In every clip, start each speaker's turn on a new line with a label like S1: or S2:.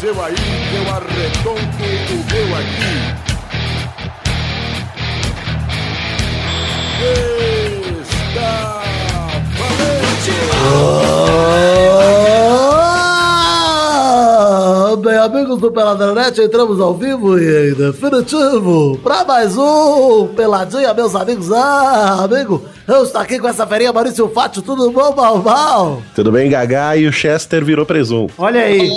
S1: seu aí, eu arredonto o meu aqui. Está
S2: Ah, Bem, amigos do Peladranet, entramos ao vivo e em definitivo pra mais um Peladinha, meus amigos. Ah, amigo, eu estou aqui com essa ferinha Maurício Fátio, tudo bom, mal, mal?
S3: Tudo bem, Gagá? E o Chester virou presunto.
S2: Olha aí.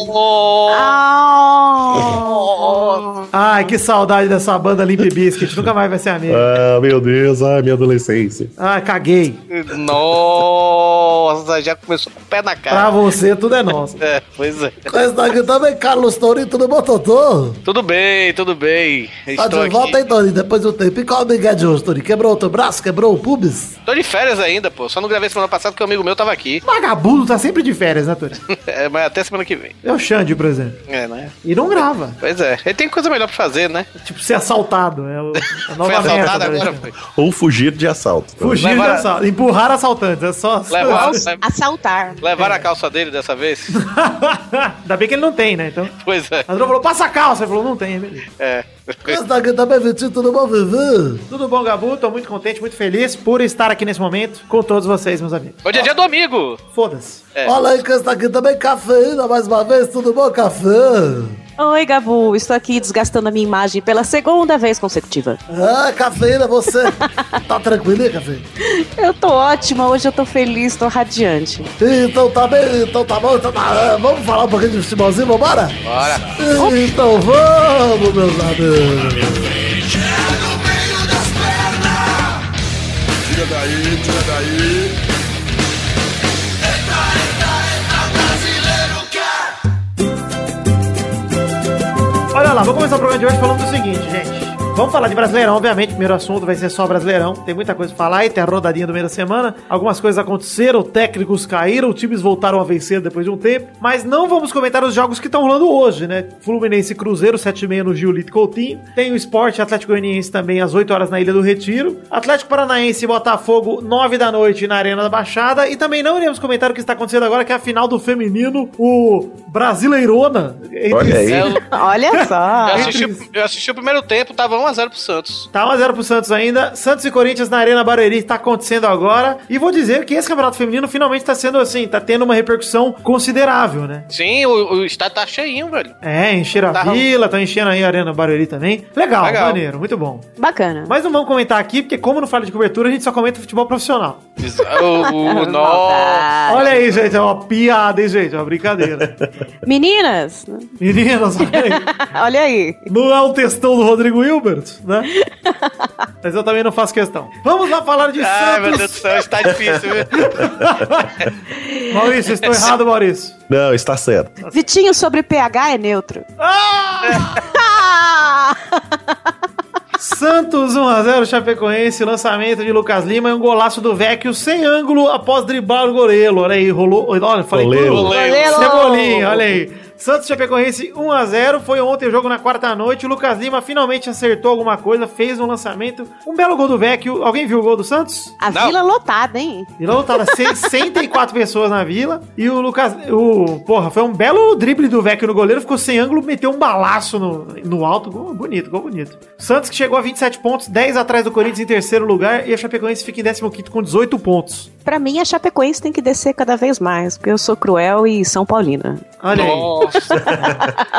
S2: Ai, que saudade dessa banda Limp Bizkit, nunca mais vai ser amigo.
S3: Ah, meu Deus, ah, minha adolescência.
S2: Ah, caguei.
S4: Nossa, já começou com o pé na
S2: Pra
S4: cara.
S2: você, tudo é nosso.
S4: É, pois é.
S2: Está aqui também, Carlos Tourinho, tudo bom, Totô?
S4: Tudo bem, tudo bem.
S2: Tá
S4: Estou
S2: de
S4: aqui.
S2: volta aí, Tony, depois do tempo. E qual amigo é de hoje, Tony? Quebrou outro braço? Quebrou o pubis?
S4: Tô de férias ainda, pô. Só não gravei semana passada porque um amigo meu tava aqui.
S2: Vagabundo tá sempre de férias, né, Tony?
S4: É, mas até semana que vem.
S2: É o Xande, por exemplo.
S4: É, né?
S2: E não grava.
S4: Pois é. Ele tem coisa melhor pra fazer, né?
S2: Tipo, ser assaltado. É o, a nova né?
S4: Foi assaltado
S2: meta,
S4: agora,
S2: por exemplo.
S4: foi.
S3: Ou fugir de assalto.
S2: Fugir de
S4: Levar-
S2: assalto. Empurrar assaltantes. É só.
S4: Levar-
S5: Assaltar.
S4: Levaram a calça dele dessa vez?
S2: Ainda bem que ele não tem, né? Então.
S4: Pois é.
S2: O Andrão falou, passa a calça. Ele falou, não tem, beleza.
S4: É.
S2: Está aqui também, Vitinho, tudo bom, Vivi? Tudo bom, Gabu? Tô muito contente, muito feliz por estar aqui nesse momento com todos vocês, meus amigos.
S4: Hoje é dia do amigo.
S2: Foda-se.
S4: É.
S2: Olha aí quem está aqui também, cafeína, mais uma vez. Tudo bom, café?
S5: Oi, Gabu. Estou aqui desgastando a minha imagem pela segunda vez consecutiva.
S2: Ah, cafeína, você tá tranquilo, cafeína?
S5: Eu tô ótima, hoje eu tô feliz, tô radiante.
S2: Então tá bem, então tá bom, então tá, ah, vamos falar um pouquinho de futebolzinho, vambora?
S4: Bora.
S2: Então vamos, meus amigos.
S1: Tira daí, tira daí.
S2: Olha lá, vou começar o programa de hoje falando do seguinte, gente. Vamos falar de Brasileirão, obviamente. Primeiro assunto vai ser só Brasileirão. Tem muita coisa pra falar e tem a rodadinha do meio da semana. Algumas coisas aconteceram, técnicos caíram, times voltaram a vencer depois de um tempo. Mas não vamos comentar os jogos que estão rolando hoje, né? Fluminense e Cruzeiro, 7h30 no Giolito Coutinho. Tem o Sport Atlético Goianiense também às 8 horas na Ilha do Retiro. Atlético Paranaense e Botafogo, 9 da noite na Arena da Baixada. E também não iremos comentar o que está acontecendo agora, que é a final do feminino, o Brasileirona. entre
S3: Olha aí.
S4: Eu,
S5: Olha
S4: É eu
S2: Ah,
S5: só.
S4: assisti, eu assisti o primeiro tempo, tava 1x0 pro Santos.
S2: Tá 1x0 pro Santos ainda. Santos e Corinthians na Arena Barueri tá acontecendo agora. E vou dizer que esse campeonato feminino finalmente tá sendo assim, tá tendo uma repercussão considerável, né?
S4: Sim, o, o estádio tá cheinho, velho.
S2: É, encheram a
S4: Tá.
S2: vila, tá enchendo aí a Arena Barueri também. Legal,
S4: Legal.
S2: maneiro, muito bom.
S5: Bacana.
S2: Mas não vamos comentar aqui, porque como não fala de cobertura, a gente só comenta futebol profissional.
S4: O, o, Uh, nossa.
S5: Maldade.
S2: Olha aí, gente, é uma piada, hein, gente? É uma brincadeira.
S5: Meninas,
S2: Meninas, olha aí.
S5: olha aí.
S2: Não é um textão do Rodrigo Hilbert, né? Mas eu também não faço questão. Vamos lá falar de
S4: Ai, meu
S2: Santos.
S4: Deus do céu, está difícil, viu?
S2: Maurício, estou errado, Maurício.
S3: Não, está certo.
S5: Vitinho sobre pH é neutro. Ah!
S2: Santos 1x0 Chapecoense, lançamento de Lucas Lima e um golaço do Vecchio sem ângulo após driblar o goleiro. Olha aí, rolou. Olha, falei
S3: Goleiro.
S2: tudo.
S4: Goleiro.
S2: Cebolinha, olha aí. Santos e Chapecoense 1x0, foi ontem o jogo na quarta noite. O Lucas Lima finalmente acertou alguma coisa, fez um lançamento. Um belo gol do Vecchio. Alguém viu o gol do Santos?
S5: A
S4: Não.
S5: vila lotada, hein?
S2: Vila lotada, 64 pessoas na vila. E o Lucas. O, porra, foi um belo drible do Vecchio no goleiro, ficou sem ângulo, meteu um balaço no, no alto. Gol bonito, gol bonito. Santos que chegou a 27 pontos, 10 atrás do Corinthians em terceiro lugar. E a Chapecoense fica em 15 com 18 pontos.
S5: Pra mim, a Chapecoense tem que descer cada vez mais, porque eu sou cruel e São Paulina.
S2: Olha aí.
S4: Nossa,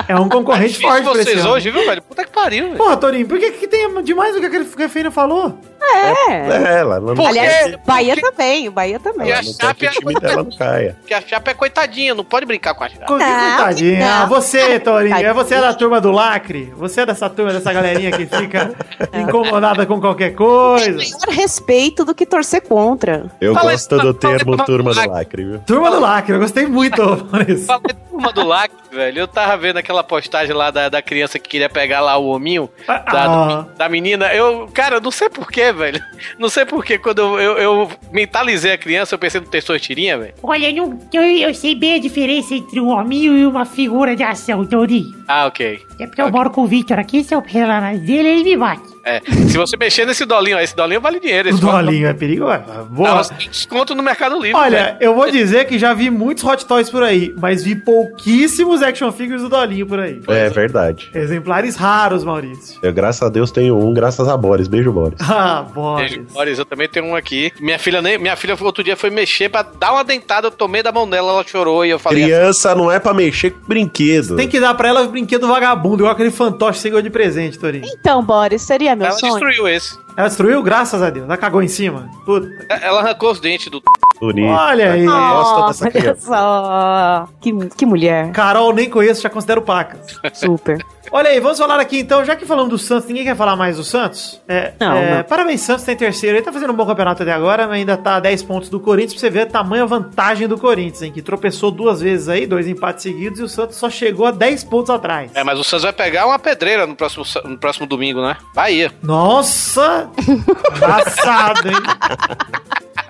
S2: É um concorrente
S4: difícil
S2: forte pra esse
S4: vocês
S2: ano.
S4: hoje, viu, velho? Puta que pariu, velho.
S2: Porra, Torinho, por que, que tem demais o que aquele Fefeino falou?
S5: É.
S3: É, ela não,
S4: Pô,
S3: ela
S5: Aliás,
S4: Porque-
S5: Bahia também, Bahia também.
S4: E a
S3: não quer que
S4: Chape
S3: o time dela não caia.
S4: Porque a chapa é coitadinha, não pode brincar com a chapa.
S2: Com que
S5: Não,
S2: coitadinha.
S5: não.
S2: Ah, Você, Torinho, é
S5: Tadinho.
S2: você é da turma do lacre? Você é dessa turma, dessa galerinha que fica incomodada com qualquer coisa?
S5: Maior respeito do que torcer contra.
S3: Eu
S4: Fala
S3: gosto
S4: isso,
S3: do
S4: fala
S3: termo
S4: isso,
S3: turma do
S4: fala-
S3: lacre, viu?
S2: Turma do Lacre, eu gostei muito, Maurício.
S4: Falei de turma do lacre, velho. Eu tava vendo aquela postagem lá da, da criança que queria pegar lá o hominho
S2: Ah.
S4: da, da menina. Eu, cara, não sei porquê, velho. Não sei porquê. Quando eu, eu, eu mentalizei a criança, eu pensei no textor tirinha, velho.
S6: Olha, não, eu, eu sei bem a diferença entre um hominho e uma figura de ação, Torinho.
S4: Ah, ok.
S6: É porque eu moro com o Victor aqui, se eu pegar nas dele, ele me bate.
S4: É. Se você mexer nesse dolinho, ó, esse dolinho vale dinheiro. Esse
S2: Dolinho é perigo, ué.
S4: Dá
S2: Boa.
S4: uns desconto no Mercado Livre. velho.
S2: Olha, eu vou dizer que já vi muitos Hot Toys por aí, mas vi pouquíssimos action figures do Dolinho por aí.
S3: É verdade.
S2: Exemplares raros, Maurício.
S3: Eu, É, graças a Deus tenho um, graças a Boris. Beijo, Boris.
S2: Ah,
S4: Beijo,
S2: Boris.
S4: Boris, eu também tenho um aqui. Minha filha, nem, minha filha outro dia foi mexer pra dar uma dentada, eu tomei da mão dela, ela chorou e eu falei
S3: Criança não é pra mexer com brinquedo.
S2: Tem que dar pra ela brinquedo vagabundo, igual aquele fantoche que você ganhou de presente, Torinho.
S5: Então, Boris, seria meu
S4: "Ah, Ela
S5: sonho?
S4: destruiu esse.
S2: Ela destruiu, graças a Deus. Ela cagou em cima. Puta.
S4: É, Ela arrancou os dentes do.
S3: Bonito.
S2: Olha aí.
S3: Ah. Gosta
S5: Nossa,
S3: dessa
S5: olha
S3: criança.
S5: só. Que, que mulher.
S2: Carol, nem conheço, já considero pacas.
S5: Super.
S2: Olha aí, vamos falar aqui então, já que falamos do Santos, ninguém quer falar mais do Santos? É,
S5: Não,
S2: é,
S5: não.
S2: Parabéns, Santos, tá em terceiro. Ele tá fazendo um bom campeonato até agora, mas ainda tá a 10 pontos do Corinthians, pra você ver a tamanha vantagem do Corinthians, hein? Que tropeçou duas vezes aí, dois empates seguidos, e o Santos só chegou a 10 pontos atrás.
S4: É, mas o Santos vai pegar uma pedreira no próximo, sa- no próximo domingo, né? Bahia.
S2: Nossa! Passado, hein?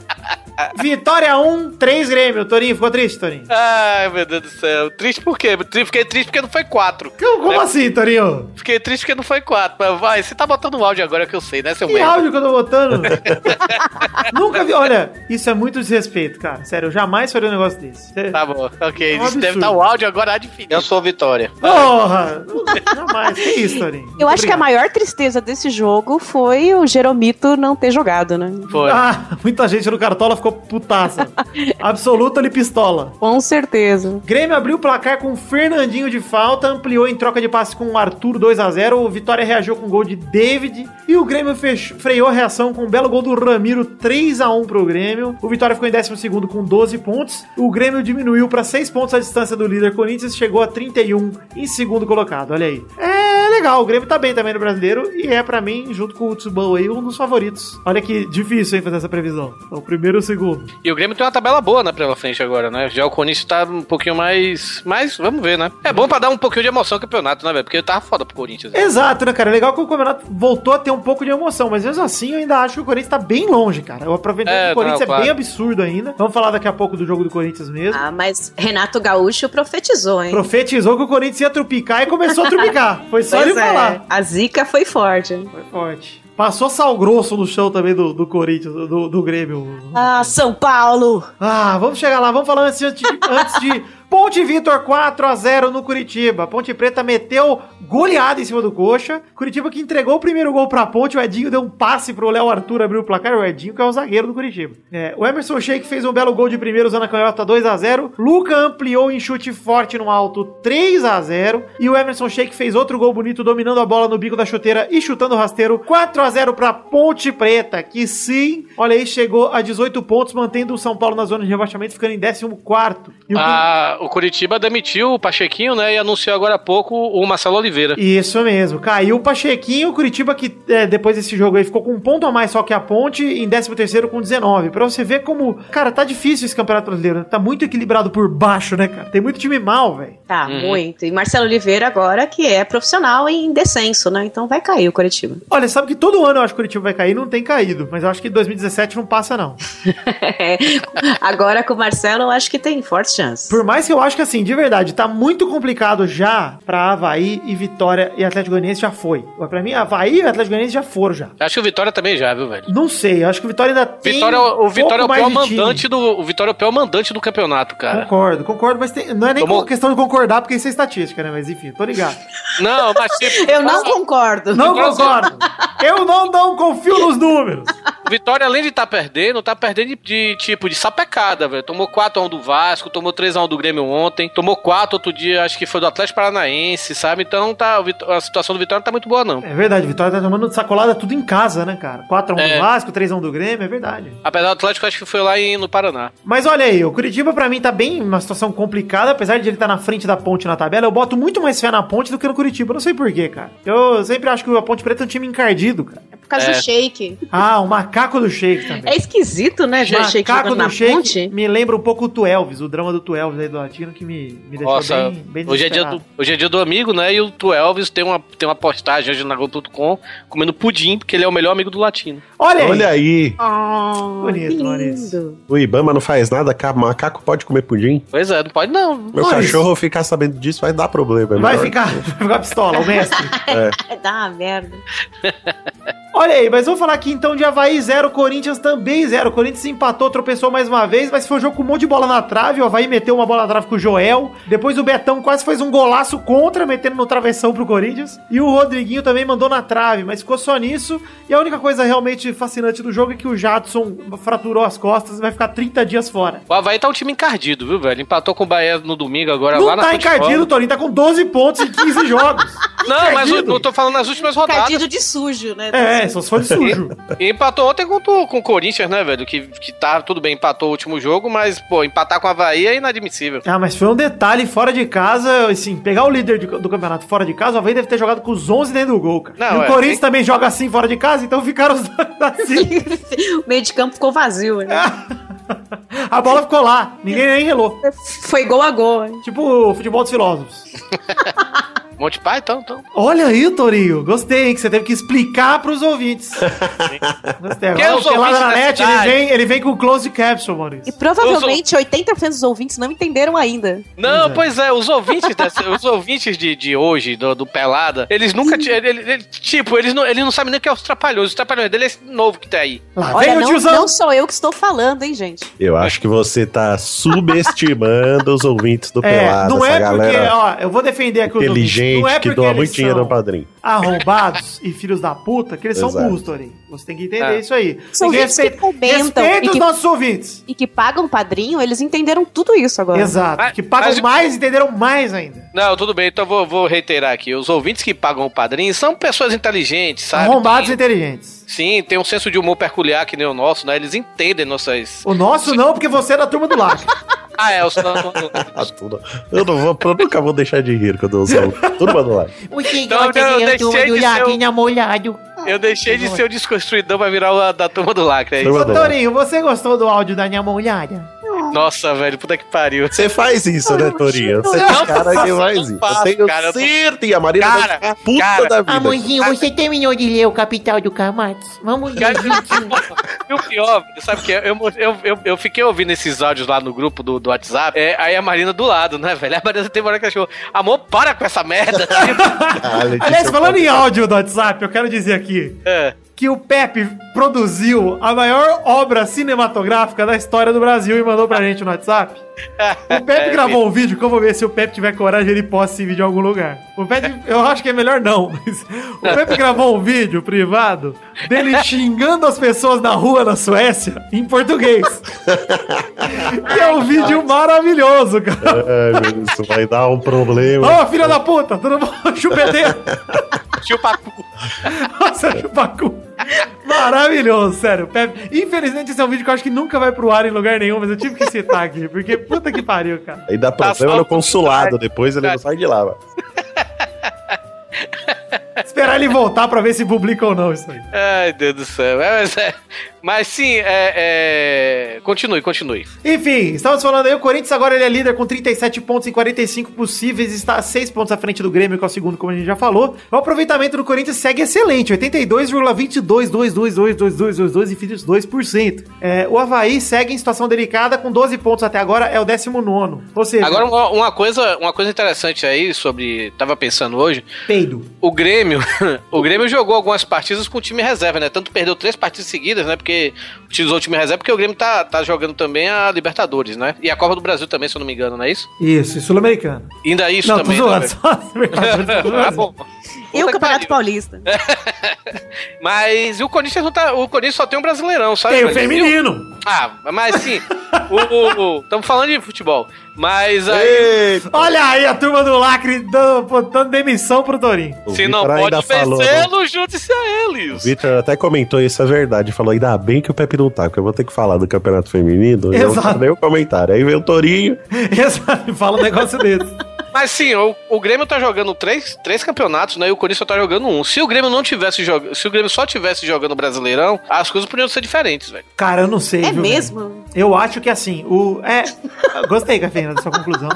S2: Vitória 1, 3 Grêmio. Torinho, ficou triste, Torinho?
S4: Ai, meu Deus do céu. Triste por quê? Tri- Fiquei triste porque não foi quatro.
S2: Como, como
S4: É.
S2: assim, Torinho?
S4: Fiquei triste porque não foi quatro. Mas vai, você tá botando o áudio agora que eu sei, né, seu
S2: Que
S4: merda?
S2: áudio que eu tô botando? Nunca vi. Olha, isso é muito desrespeito, cara. Sério, eu jamais faria um negócio desse. Sério.
S4: Tá bom, ok.
S2: É um
S4: Isso deve
S2: absurdo.
S4: estar o áudio agora de infinito. Eu sou Vitória.
S2: Porra! Nunca- Jamais. Que isso, Torinho?
S5: Eu acho que é a
S2: Obrigado.
S5: maior tristeza desse jogo foi o Jeromito não ter jogado, né?
S4: Foi.
S2: Ah, muita gente no Cartola ficou putaça. Absoluta ali pistola.
S5: Com certeza.
S2: Grêmio abriu o placar com o Fernandinho de falta, ampliou em troca de passe com o Arthur 2 a 0 O Vitória reagiu com o gol de David. E o Grêmio fechou- freou a reação com um belo gol do Ramiro 3 a 1 pro Grêmio. O Vitória ficou em 12 com 12 pontos. O Grêmio diminuiu para 6 pontos a distância do líder Corinthians, chegou a 31 em segundo colocado. Olha aí. É legal, o Grêmio tá bem também no brasileiro e é pra mim, junto com o Tsubão aí, um dos favoritos. Olha que difícil, hein, fazer essa previsão. É O primeiro e o segundo.
S4: E o Grêmio tem uma tabela boa né, pela frente agora, né? Já o Corinthians tá um pouquinho mais. Mas vamos ver, né? É bom pra dar um pouquinho de emoção ao campeonato, né, velho? Porque tava foda pro Corinthians. né?
S2: Exato, né, cara? Legal que o campeonato voltou a ter um pouco de emoção, mas mesmo assim eu ainda acho que o Corinthians tá bem longe, cara. O aproveitamento
S4: É,
S2: do Corinthians
S4: não,
S2: é
S4: claro.
S2: bem absurdo ainda. Vamos falar daqui a pouco do jogo do Corinthians mesmo.
S7: Ah, mas Renato Gaúcho profetizou, hein?
S2: Profetizou que o Corinthians ia trupicar e começou a trupicar. Foi só ele
S7: Pois é,
S2: falar.
S7: A zica foi forte.
S2: Foi forte. Passou sal grosso no chão também do, do Corinthians, do, do Grêmio.
S5: Ah, São Paulo!
S2: Ah, vamos chegar lá. Vamos falar antes, antes, de- antes de Ponte Vitor 4x0 no Curitiba. Ponte Preta meteu goleada em cima do Coxa. Curitiba que entregou o primeiro gol pra Ponte. O Edinho deu um passe pro Léo Arthur abrir o placar. O Edinho que é o zagueiro do Curitiba. É, o Emerson Sheik fez um belo gol de primeiro usando a canhota 2x0. Luca ampliou em chute forte no alto 3x0. E o Emerson Sheik fez outro gol bonito dominando a bola no bico da chuteira e chutando o rasteiro 4x0 pra Ponte Preta. Que sim, olha aí, chegou a 18 pontos, mantendo o São Paulo na zona de rebaixamento, ficando em 14. E o
S4: Ah, o Curitiba demitiu o Pachequinho, né? E anunciou agora há pouco o Marcelo Oliveira.
S2: Isso mesmo. Caiu o Pachequinho, o Curitiba que é, depois desse jogo aí ficou com um ponto a mais só que a Ponte, em 13º com 19. Pra você ver como, cara, tá difícil esse Campeonato Brasileiro, né? tá muito equilibrado por baixo, né, cara? Tem muito time mal, velho.
S7: Tá,
S4: Uhum.
S7: muito. E Marcelo Oliveira agora, que é profissional em descenso, né? Então vai cair o Curitiba.
S2: Olha, sabe que todo ano eu acho que o Curitiba vai cair, não tem caído, mas eu acho que 2017 não passa não.
S7: É, agora com o Marcelo, eu acho que tem fortes chances.
S2: Por mais que eu acho que assim, de verdade, tá muito complicado já pra Havaí e Vitória e Atlético Goianiense já foi. Pra mim, Havaí e Atlético Goianiense já foram já.
S4: Acho que o Vitória também já, viu, velho?
S2: Não sei, eu acho que o Vitória ainda tem
S4: Vitória,
S2: um
S4: o Vitória é o
S2: pouco
S4: pior
S2: mais de time. Ah.
S4: mandante do. O Vitória é o pior mandante do campeonato, cara.
S2: Concordo, concordo, mas tem- não é nem
S4: Tomou-
S2: questão de concordar, porque isso é estatística, né? Mas enfim, tô ligado.
S4: Não, mas tipo,
S7: Eu não concordo.
S2: Não concordo. Eu não, não confio nos números.
S4: o Vitória, além de tá perdendo, tá perdendo de, de, tipo de sapecada, velho. Tomou 4x1 do Vasco, tomou 3x1 do Grêmio ontem, tomou 4 outro dia, acho que foi do Atlético Paranaense, sabe? Então tá, o Vit- a situação do Vitória não tá muito boa, não.
S2: É verdade, Vitória tá tomando sacolada tudo em casa, né, cara? 4x1
S4: É.
S2: do Vasco, 3x1 do Grêmio, é verdade.
S4: Apesar do Atlético, acho que foi lá em, no Paraná.
S2: Mas olha aí, o Curitiba pra mim tá bem uma situação complicada, apesar de ele estar tá na frente da ponte na tabela, eu boto muito mais fé na ponte do que no Curitiba, eu não sei porquê, cara. Eu sempre acho que a Ponte Preta é um time encardido, cara. É
S7: por causa
S4: É.
S7: do shake.
S2: Ah, o macaco do shake também.
S7: É esquisito, né, ver o shake
S2: macaco
S7: jogando
S2: do
S7: na
S2: shake
S7: ponte.
S2: me lembra um pouco o Tuelvis, o drama do Tuelvis aí do latino que me, me deixou
S4: Nossa,
S2: bem, bem
S4: hoje é, dia
S2: desesperado.
S4: do, hoje é dia do amigo, né? E o Tu Elvis tem uma, tem uma postagem hoje na Globo.com comendo pudim, porque ele é o melhor amigo do latino.
S2: Olha aí!
S3: Olha aí,
S5: Ah,
S7: Oh,
S2: Bonito,
S7: lindo.
S2: Maurício.
S3: o Ibama não faz nada, ca- macaco pode comer pudim.
S4: Pois é, não pode não.
S3: Meu
S2: Olha
S3: cachorro ficar sabendo disso vai dar problema. é
S2: Vai
S3: melhor.
S2: ficar, vai ficar pistola, o mestre.
S7: É, dá uma merda.
S2: Olha aí, mas vamos falar aqui então de Havaí 0, Corinthians também 0. Corinthians empatou, tropeçou mais uma vez, mas foi um jogo com um monte de bola na trave. O Havaí meteu uma bola na trave com o Joel. Depois o Betão quase fez um golaço contra, metendo no travessão pro Corinthians. E o Rodriguinho também mandou na trave, mas ficou só nisso. E a única coisa realmente fascinante do jogo é que o Jadson fraturou as costas e vai ficar 30 dias fora.
S4: O Havaí tá um time encardido, viu, velho? Empatou com o Bahia no domingo agora lá
S2: Não
S4: na
S2: tá
S4: Fonte
S2: encardido, Torinho, tá com 12 pontos em 15 jogos.
S4: Nova. Não, mas eu,
S2: encardido.
S4: eu tô falando nas últimas rodadas.
S7: Cadinho de sujo, né?
S2: É, só se for de sujo.
S4: E empatou ontem com, o- com o Corinthians, né, velho? Que, que tá tudo bem, empatou o último jogo, mas, pô, empatar com o Havaí é inadmissível.
S2: Ah, mas foi um detalhe fora de casa, assim, pegar o líder de- do campeonato fora de casa, o Havaí deve ter jogado com os 11 dentro do gol, cara.
S4: Não,
S2: e o
S4: é,
S2: Corinthians
S4: tem-
S2: também joga assim fora de casa, então ficaram os dois assim.
S7: O meio de campo ficou vazio,
S5: É.
S7: né?
S2: A bola ficou lá, ninguém nem relou.
S7: Foi gol a gol. hein?
S2: Tipo o futebol dos filósofos.
S4: Monte Pai, então, então.
S2: Olha aí, Torinho, gostei, hein, que você teve que explicar pros ouvintes. gostei.
S4: Quem é
S2: Agora,
S4: os
S2: o Pelada
S4: ouvintes
S2: na
S4: da
S2: net, ele
S4: cidade?
S2: vem, ele vem com close caption,
S5: E
S2: Maurício.
S5: provavelmente 80% dos ouvintes não entenderam ainda.
S4: Não,
S2: Pois
S4: pois é, os ouvintes, dessa- os ouvintes de, de hoje, do, do Pelada, eles nunca. ti- Ele, ele- ele- tipo, eles não, eles não sabem nem o que é os trapalhões. Os trapalhões dele é esse novo que tá aí.
S2: Lá
S5: Olha,
S2: Ah, vem o
S5: não,
S2: tiozão.
S5: não sou eu que estou falando, hein, gente.
S3: Eu acho que você tá subestimando os ouvintes do
S2: É,
S3: Pelado.
S2: não é
S3: essa
S2: porque,
S3: galera
S2: ó, eu vou defender aqui os ouvintes.
S3: inteligente
S2: não é
S3: que
S2: porque
S3: doa
S2: eles
S3: muito dinheiro
S2: são-
S3: no padrinho.
S2: arrombados e filhos da puta que eles são
S3: Exato.
S2: burros, Torinho. Você tem que entender
S4: É.
S2: isso aí.
S5: São
S2: Tem que
S5: ouvintes que
S2: respeita-
S5: comentam
S2: respeita
S5: e
S2: os
S5: que-
S2: nossos ouvintes.
S5: E que pagam padrinho, eles entenderam tudo isso agora.
S2: Exato.
S4: Mas-
S2: que pagam
S4: mas-
S2: mais e entenderam mais ainda.
S4: Não, tudo bem, então vou, vou reiterar aqui. Os ouvintes que pagam o padrinho são pessoas inteligentes, sabe?
S2: Arrombados e
S4: Tem-
S2: inteligentes.
S4: Sim, tem um senso de humor peculiar que nem o nosso, né? Eles entendem nossas.
S2: O nosso não, porque você é da turma do lacre.
S4: Ah, é, os.
S3: Ah, tudo- Eu, não vou, eu nunca vou deixar de rir quando eu usar tudo é. pra lá.
S6: O
S4: Não, não,
S6: senhor
S4: deixei de ser
S6: molhado.
S4: Eu deixei de ser o desconstruidão pra virar o da turma do lacre. É isso.
S3: Turma
S2: Ô,
S3: do Lacre.
S2: Torinho, você gostou do áudio da minha molhada?
S4: Nossa, velho, puta que pariu.
S3: Você faz isso, né, Torinho? Você é
S4: não
S3: o cara que
S4: faço,
S3: faz
S4: não
S3: isso.
S4: faço,
S3: eu tenho
S4: cara, eu tô-
S3: certeza. E a Marina vai
S4: Cara,
S3: ficar puta
S4: cara.
S3: da vida.
S6: Amorzinho, você terminou de ler o Capital do Camates? Vamos ler juntinho.
S4: E o pior, velho, sabe que é? eu, eu, eu, eu fiquei ouvindo esses áudios lá no grupo do, do WhatsApp. é, aí a Marina do lado, né, velho? A Marina tem uma hora que achou, amor, para com essa merda.
S3: Caralho, gente,
S2: Aliás,
S3: Ah, eu
S2: falando
S3: posso-
S2: em áudio do WhatsApp, eu quero dizer aqui
S4: É.
S2: que o Pepe produziu a maior obra cinematográfica da história do Brasil e mandou pra gente no WhatsApp. O Pepe
S4: É,
S2: gravou um vídeo que eu vou ver se o Pepe tiver coragem, ele posta esse vídeo em algum lugar. O Pepe, eu acho que é melhor não, mas o Pepe gravou um vídeo privado dele xingando as pessoas na rua na Suécia em português. e é um vídeo maravilhoso, cara.
S3: Ai, meu Deus, isso vai dar um
S2: Ô,
S3: problema.
S2: filha da puta, tudo bom? Chupeteiro.
S4: Tio Pacu.
S2: Nossa, chupacu. Maravilhoso, sério. Pepe. Infelizmente, esse é um vídeo que eu acho que nunca vai pro ar em lugar nenhum, mas eu tive que citar aqui, porque puta que pariu, cara.
S3: Aí dá problema
S4: só-
S3: no consulado, depois ele não sai de lá. mano.
S2: Esperar ele voltar pra ver se publica ou não isso aí.
S4: Ai, Deus do céu. É, mas, é- mas sim, é, é, continue, continue.
S2: Enfim, estamos falando aí, o Corinthians agora ele é líder com 37 pontos em 45 possíveis, está a 6 pontos à frente do Grêmio, que é o segundo, como a gente já falou. O aproveitamento do Corinthians segue excelente, 82,22222222,2%. É, o Havaí segue em situação delicada com 12 pontos até agora, é o 19 Ou seja,
S4: Agora, uma, uma coisa, uma coisa interessante aí sobre. Tava pensando hoje.
S2: peido.
S4: O Grêmio, o Grêmio jogou algumas partidas com o time reserva, né? Tanto perdeu três partidas seguidas, né? Porque utilizou o time reserva, porque o Grêmio tá, tá jogando também a Libertadores, né? E a Copa do Brasil também, se eu não me engano, não é isso?
S2: Isso, e sul-americano.
S4: E ainda isso
S2: Não,
S4: também.
S2: tô zoando,
S4: né,
S2: só as verdades do
S4: velho? Ah,
S2: Brasil.
S4: bom.
S5: E o
S4: Puta que
S5: Campeonato
S4: pariu.
S5: Paulista.
S2: É,
S4: Mas e o Corinthians não tá. O Corinthians só tem um brasileirão, sabe?
S2: Tem o
S4: velho?
S2: feminino.
S4: Ah, mas sim. Estamos falando de futebol. Mas aí.
S3: Eita,
S2: Olha aí a turma do Lacre dando, botando demissão pro Torinho.
S3: o
S4: Se
S3: Vitor
S4: não
S3: ainda
S4: pode
S3: falou,
S4: vencê-lo, junte-se a
S3: O
S4: eles.
S3: Victor até comentou isso, é verdade. Falou, ainda bem que o Pepe não tá, porque eu vou ter que falar do Campeonato Feminino. Eu
S2: Exato.
S3: não dei o comentário. Aí veio o Torinho.
S2: Exato, fala um negócio desse.
S4: Mas sim, o, o Grêmio tá jogando três, três campeonatos, né? E o Corinthians só tá jogando um. Se o Grêmio não tivesse jogando. Se o Grêmio só tivesse jogando Brasileirão, as coisas podiam ser diferentes, velho.
S2: Cara, eu não sei.
S7: É
S2: viu, né?
S7: mesmo?
S2: velho? Eu acho que assim, o. É. Gostei, Cafeína, da sua conclusão.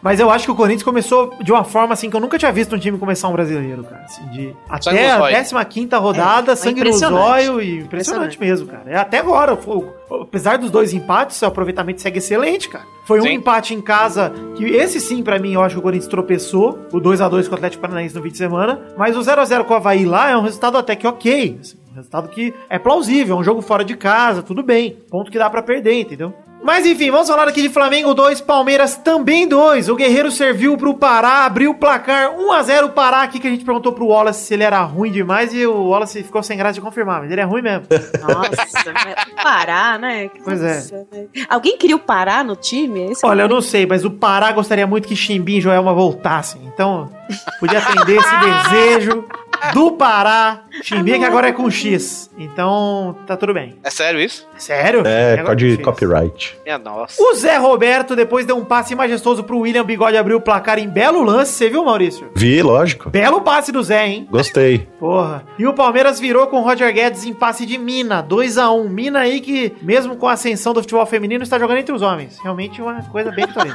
S2: Mas eu acho que o Corinthians começou de uma forma assim que eu nunca tinha visto um time começar um brasileiro, cara. assim, de...
S4: Sangue
S2: Até
S4: nos olhos.
S2: a 15 rodada,
S7: É, foi
S2: sangue no
S7: impressionante.
S2: zóio e impressionante
S7: Impressionante.
S2: mesmo, cara. É, Até agora, o- o- apesar dos dois empates, o aproveitamento segue excelente, cara. Foi um
S4: Sim.
S2: empate em casa, que esse sim, pra mim, eu acho que o Corinthians tropeçou. O 2x2 com o Atlético Paranaense no fim de semana. Mas o 0x0 com o Havaí lá é um resultado até que ok. assim, um resultado que é plausível. É um jogo fora de casa, tudo bem. Ponto que dá pra perder, entendeu? Mas enfim, vamos falar aqui de Flamengo 2, Palmeiras também 2. O Guerreiro serviu pro Pará, abriu o placar 1x0 Pará aqui que a gente perguntou pro Wallace se ele era ruim demais e o Wallace ficou sem graça de confirmar, mas ele é ruim mesmo.
S7: Nossa, né? Pará, né? Que
S2: Pois é.
S7: coisa, né? Alguém queria o Pará no time?
S5: é
S7: Esse
S2: Olha, eu não sei, mas o Pará gostaria muito que Chimbim e Joelma voltassem. Então, podia atender esse desejo do Pará. Chimbim, que agora é com X. Então, tá tudo bem.
S4: É sério isso?
S2: Sério?
S3: É,
S2: Agora com
S3: pode
S2: X.
S3: copyright.
S4: Minha nossa.
S2: O Zé Roberto depois deu um passe majestoso pro William Bigode abrir o placar em belo lance. Você viu, Maurício?
S3: Vi, lógico.
S2: Belo passe do Zé, hein?
S3: Gostei.
S2: Porra. E o Palmeiras virou com o Roger Guedes em passe de Mina, 2 a 1 Mina aí que, mesmo com a ascensão do futebol feminino, está jogando entre os homens. Realmente uma coisa bem diferente.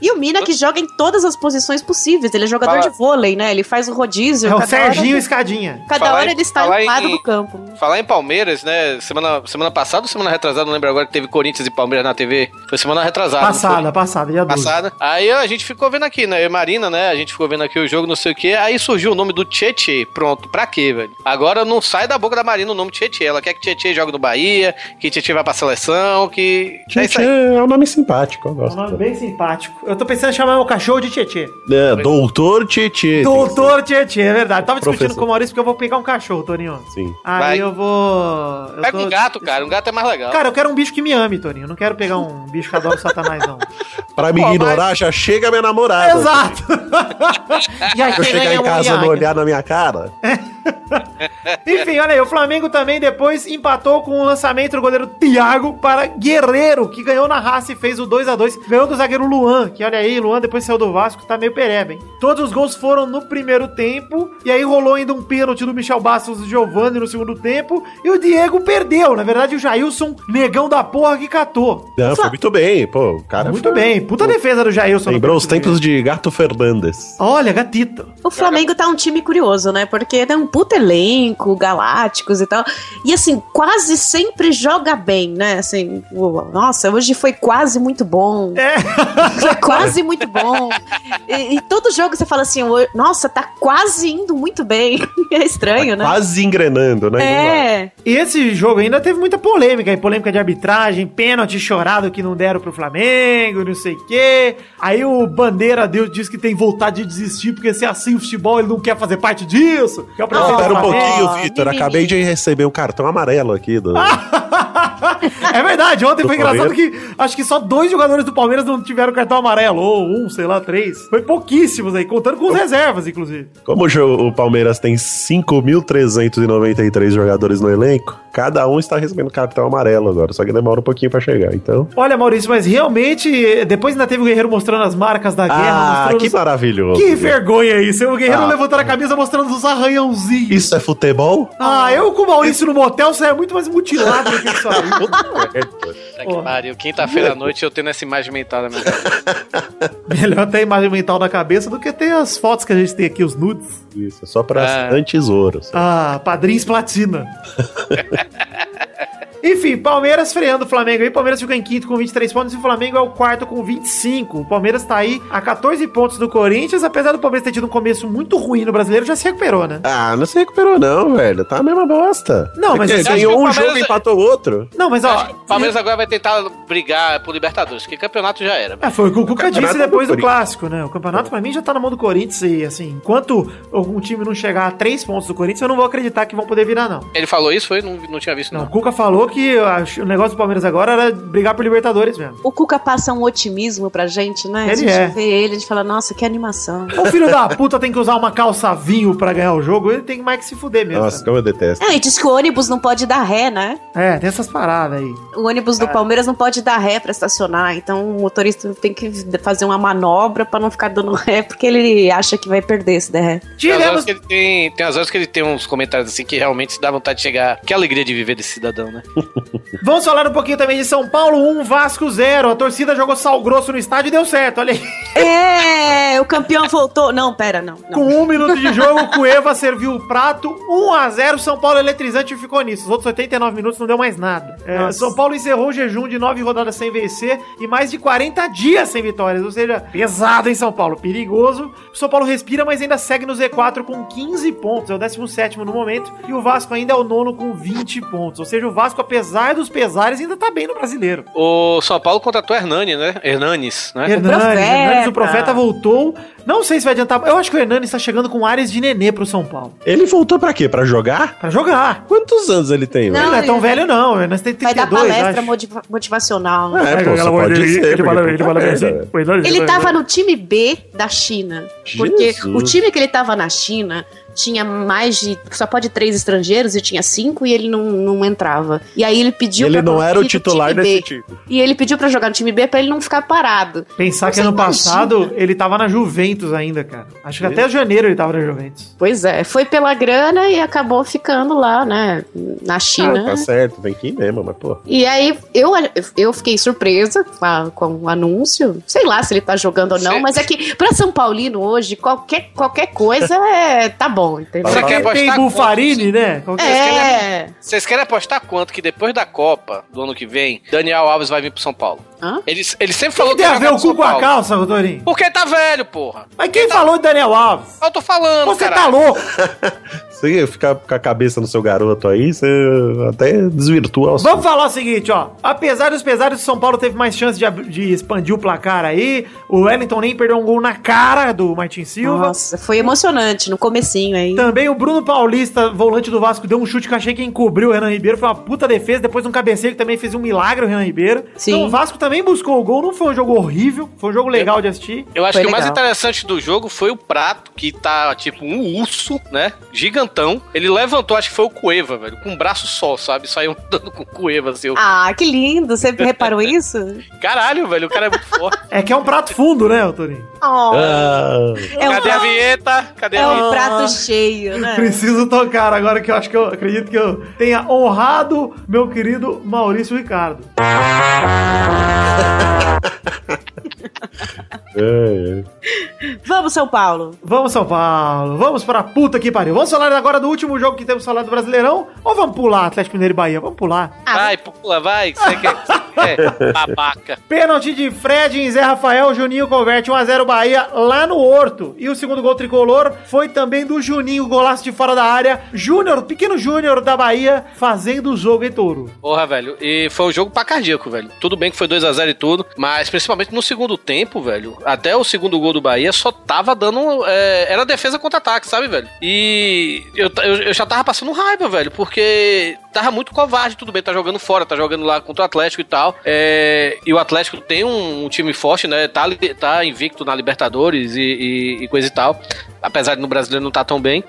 S7: E o Mina que joga em todas as posições possíveis. Ele é jogador
S4: Fala.
S7: de vôlei, né? Ele faz o rodízio.
S2: é o
S7: cada
S2: Serginho
S7: hora-
S2: Escadinha.
S7: Cada
S4: Falar
S7: hora
S4: em-
S7: ele está
S4: falar
S7: em um lado
S4: em-
S7: do campo.
S4: Uh! Falar em Palmeiras, né? Semana, semana passada ou semana retrasada, não lembro agora que teve Corinthians e Palmeiras na TV. Foi semana retrasada. não foi?
S2: Passada, passada, dia 12.
S4: Passada. Aí a gente ficou vendo aqui, né? Eu e Marina, né? A gente ficou vendo aqui o jogo, não sei o quê. Aí surgiu o nome do Tietê. Pronto, pra quê, velho? Agora não sai da boca da Marina o nome Tietê. Ela quer que Tietê jogue no Bahia, que Tietê vá pra seleção, que. é isso
S3: Gente,
S4: aí.
S3: é, é um nome simpático, eu
S2: Um
S3: gosto.
S2: nome bem simpático. Eu tô pensando em chamar meu cachorro de Tietê.
S3: É, doutor Tietê.
S2: Doutor Tietê, é verdade. Tava discutindo
S3: Professor.
S2: com o Maurício porque eu vou pegar um cachorro, Toninho.
S3: Sim.
S2: Aí
S4: Vai.
S2: eu vou. eu
S4: Pega
S2: tô-
S4: um gato, cara. Um gato é mais legal.
S2: Cara, eu quero um bicho que me ame, Toninho. Eu não quero pegar um bicho que adora o satanás, não.
S3: Pra me
S4: Pô,
S3: ignorar, já chega minha namorada.
S2: Exato! Já
S3: Eu chegar em casa não olhar na minha cara.
S2: Enfim, olha aí, o Flamengo também depois empatou com o lançamento do goleiro Thiago para Guerreiro, que ganhou na raça e fez o 2 a 2 Ganhou do zagueiro Luan, que olha aí, Luan depois saiu do Vasco, tá meio pereba, hein? Todos os gols foram no primeiro tempo, e aí rolou ainda um pênalti do Michel Bastos e do Giovanni no segundo tempo, e o Diego perdeu. Na verdade, o Jailson, negão da porra, que catou.
S3: Não, foi muito bem, pô. O cara
S2: Muito
S3: foi- um-
S2: bem, puta defesa do Jailson.
S3: Lembrou
S2: no
S3: os tempos de Gato Fernandes.
S2: Olha, gatito.
S7: O Flamengo tá um time curioso, né? Porque tem um puto elenco, galácticos e tal. E assim, quase sempre joga bem, né? Assim, o- nossa, hoje foi quase muito bom.
S2: É.
S7: Foi quase muito bom. E, e todo jogo você fala assim, "Oi, nossa, tá quase indo muito bem. É
S2: Tá
S7: estranho, né?
S3: Quase engrenando, né?
S7: É.
S2: E esse jogo ainda teve muita polêmica, e polêmica de arbitragem, pênalti chorado que não deram pro Flamengo, não sei o quê. Aí o Bandeira Deus diz que tem vontade de desistir, porque se é assim o futebol ele não quer fazer parte disso. Que é o
S3: Não,
S2: presidente do
S3: Espera um
S2: Flamengo.
S3: pouquinho,
S7: Ah,
S3: Vitor.
S7: mimimi.
S3: Acabei de receber um cartão amarelo aqui. Do...
S2: É verdade, ontem
S3: Do
S2: foi engraçado que acho que só dois jogadores do Palmeiras não tiveram cartão amarelo, ou um, sei lá, três. Foi pouquíssimos aí, contando com os reservas, inclusive.
S3: Como o jo- o Palmeiras tem 5.393 jogadores no elenco, cada um está recebendo cartão amarelo agora. Só que demora um pouquinho pra chegar, então...
S2: Olha, Maurício, mas realmente, eh, depois ainda teve o Guerreiro mostrando as marcas da guerra.
S3: Ah,
S2: mostrando
S3: que
S2: os-
S3: maravilhoso.
S2: Que vergonha isso! O Guerreiro
S3: Ah.
S2: levantando a camisa mostrando os arranhãozinhos.
S3: Isso é futebol?
S2: Ah, eu com o Maurício no motel saia muito mais mutilado do que isso aí.
S4: Puta
S2: porra.
S4: que pariu. Quinta-feira à noite eu tendo essa imagem mental na minha cabeça.
S2: Melhor ter a imagem mental na cabeça do que ter as fotos que a gente tem aqui, os nudes.
S3: Isso, é só pra
S4: Ah.
S3: anti-tesouros.
S2: Ah, padrinhos platina. Enfim, Palmeiras freando o Flamengo aí. Palmeiras fica em quinto com 23 pontos e o Flamengo é o quarto com 25. O Palmeiras tá aí a 14 pontos do Corinthians. Apesar do Palmeiras ter tido um começo muito ruim no brasileiro, já se recuperou, né?
S3: Ah, não se recuperou não, velho. Tá a mesma bosta.
S2: Não, mas assim,
S3: Porque
S2: isso-
S3: ganhou um
S4: Acho que o
S3: jogo e
S4: Palmeiras-
S3: empatou outro.
S2: Não, mas ó.
S4: Acho que o Palmeiras agora vai tentar brigar por Libertadores, porque campeonato já era. velho.
S2: É, foi o que o Cuca
S3: campeonato
S2: disse
S3: é do
S2: depois do
S3: Corinthians.
S2: clássico, né? O campeonato pra mim já tá na mão do Corinthians e assim, enquanto algum time não chegar a três pontos do Corinthians, eu não vou acreditar que vão poder virar não.
S4: Ele falou isso, foi? Não, não tinha visto,
S2: Não,
S4: não.
S2: o Cuca falou que a- o negócio do Palmeiras agora era brigar por Libertadores mesmo.
S7: O Cuca passa um otimismo pra gente, né?
S2: Ele
S7: a gente
S2: é.
S7: vê ele, a gente fala, nossa, que animação.
S2: O filho da puta tem que usar uma calça vinho pra ganhar o jogo, ele tem mais que se fuder mesmo.
S3: Nossa, então como eu detesto.
S7: É, e diz que o ônibus não pode dar ré, né?
S2: É, tem essas paradas aí.
S7: O ônibus
S2: É.
S7: do Palmeiras não pode dar ré pra estacionar, então o motorista tem que fazer uma manobra pra não ficar dando ré, porque ele acha que vai perder se der ré.
S4: Tem as, horas
S2: Tiremos.
S4: que ele tem, tem as horas que ele tem uns comentários assim que realmente se dá vontade de chegar. Que alegria de viver desse cidadão, né?
S2: Vamos falar um pouquinho também de São Paulo 1, Vasco 0. A torcida jogou sal grosso no estádio e deu certo. Olha aí.
S7: É, o campeão voltou. Não, pera, não. não.
S2: Com um minuto de jogo, o Cueva serviu o prato. 1 a 0 São Paulo eletrizante ficou nisso. Os outros 89 minutos não deu mais nada. É,
S7: Nossa.
S2: São Paulo encerrou o jejum de nove rodadas sem vencer e mais de 40 dias sem vitórias. Ou seja, pesado em São Paulo, perigoso. O São Paulo respira, mas ainda segue no Z4 com 15 pontos. É o 17 no momento. E o Vasco ainda é o nono com 20 pontos. Ou seja, o Vasco, apesar dos pesares, ainda tá bem no brasileiro.
S4: O São Paulo contratou Hernani, né? Hernanes, né?
S2: Hernanes,
S7: profeta.
S2: Hernanes, o profeta voltou. Não sei se vai adiantar. Eu acho que o Hernanes tá chegando com áreas de nenê pro São Paulo.
S3: Ele voltou pra quê? Pra jogar?
S2: Pra jogar.
S3: Quantos anos ele tem,
S7: Não,
S2: ele não é tão
S7: ele-
S2: velho, não. Ele tem
S7: Vai dar
S2: 32,
S7: palestra
S2: acho.
S7: motiva- motivacional. né?
S3: velho? É, pô, só pode ser, né? porque é. puta merda,
S2: assim.
S3: velho.
S7: Ele tava no time B da China. Porque
S3: Jesus.
S7: o time que ele tava na China tinha mais de. Só pode três estrangeiros e tinha cinco e ele não, não entrava. E aí ele pediu.
S3: Ele
S7: pra
S3: não era o
S7: conseguir do
S3: titular
S7: time
S3: desse
S7: B.
S3: time.
S7: E ele pediu pra jogar no time B pra ele não ficar parado.
S2: Pensar que
S7: Você
S2: ano
S7: imagina.
S2: passado ele tava na Juventus ainda, cara. Acho que até janeiro ele tava na Juventus.
S7: Pois é, foi pela grana e acabou ficando lá, né? Na China.
S3: Ah, tá certo, tem que ir mesmo, mas pô.
S7: E aí eu, eu fiquei surpresa com, a- com o anúncio. Sei lá se ele tá jogando ou não,
S4: Cê-
S7: mas é que pra São Paulino hoje, qualquer, qualquer coisa é, tá bom, entendeu?
S4: Você quer
S2: Porque tem
S4: apostar
S2: Bufarini, né? Qualquer-
S7: É.
S4: Vocês querem apostar quanto que depois da Copa do ano que vem, Daniel Alves vai vir pro São Paulo?
S7: Hã?
S4: Ele, ele sempre falou
S2: Tem a
S4: vai
S2: ver
S4: jogar
S2: o
S4: pro São
S2: cu com a
S4: Paulo.
S2: calça, Rodorinho.
S4: Porque tá velho, porra.
S2: Mas
S7: tá
S2: quem falou de Daniel Alves?
S4: Eu tô falando,
S2: Você
S4: cara.
S2: tá louco?
S3: Você ficar com a cabeça no seu garoto aí, você até desvirtua o
S2: Vamos falar o seguinte, ó. Apesar dos pesares, o São Paulo teve mais chance de, ab- de expandir o placar aí. O Wellington nem perdeu um gol na cara do Martin Silva.
S7: Nossa, foi emocionante no comecinho aí.
S2: Também o Bruno Paulista, volante do Vasco, deu um chute que eu achei que encobriu o Renan Ribeiro. Foi uma puta defesa. Depois um cabeceio que também fez um milagre o Renan Ribeiro.
S7: Sim.
S2: Então o Vasco também buscou o gol. Não foi um jogo horrível, foi um jogo legal de assistir.
S4: Eu acho
S7: Foi
S4: que o mais
S7: legal.
S4: interessante do jogo foi o prato, que tá tipo um urso, né? Gigantão. Ele levantou, acho que foi o Cueva, velho, com um braço só, sabe? Saiu andando com o Cueva, assim. eu,
S7: Ah, que lindo! Você reparou isso?
S4: Caralho, velho, o cara é muito forte.
S2: É que é um prato fundo, né, Torinho?
S7: Oh,
S3: Ah,
S7: é, um,
S4: Cadê a vinheta? Cadê
S7: é
S4: a
S7: um
S4: vinheta?
S7: prato cheio, né?
S2: Preciso tocar agora que eu acho que eu acredito que eu tenha honrado meu querido Maurício Ricardo.
S3: é, é.
S7: Vamos, São Paulo.
S2: Vamos, São Paulo. Vamos pra puta que pariu. Vamos falar agora do último jogo que temos falado do Brasileirão? Ou vamos pular Atlético Mineiro e Bahia? Vamos pular.
S7: Ah,
S4: Vai, pula, vai. que Você quer, você quer. Babaca.
S2: Pênalti de Fred em Zé Rafael, Juninho converte 1x0 Bahia lá no Horto. E o segundo gol tricolor foi também do Juninho, golaço de fora da área. Júnior, pequeno Júnior da Bahia, fazendo o jogo em touro.
S4: Porra, velho. E foi um jogo pra cardíaco, velho. Tudo bem que foi 2 a 0 e tudo, mas principalmente no segundo tempo, velho. Até o segundo gol do Bahia só tava dando. é, era defesa contra ataque, sabe, velho? E eu, ta- eu, eu já tava passando raiva, velho, porque tava muito covarde. Tudo bem, tá jogando fora, tá jogando lá contra o Atlético e tal. É, e o Atlético tem um, um time forte, né? Tá, li- tá invicto na Libertadores e, e- e coisa e tal. Apesar de no brasileiro não tá tão bem.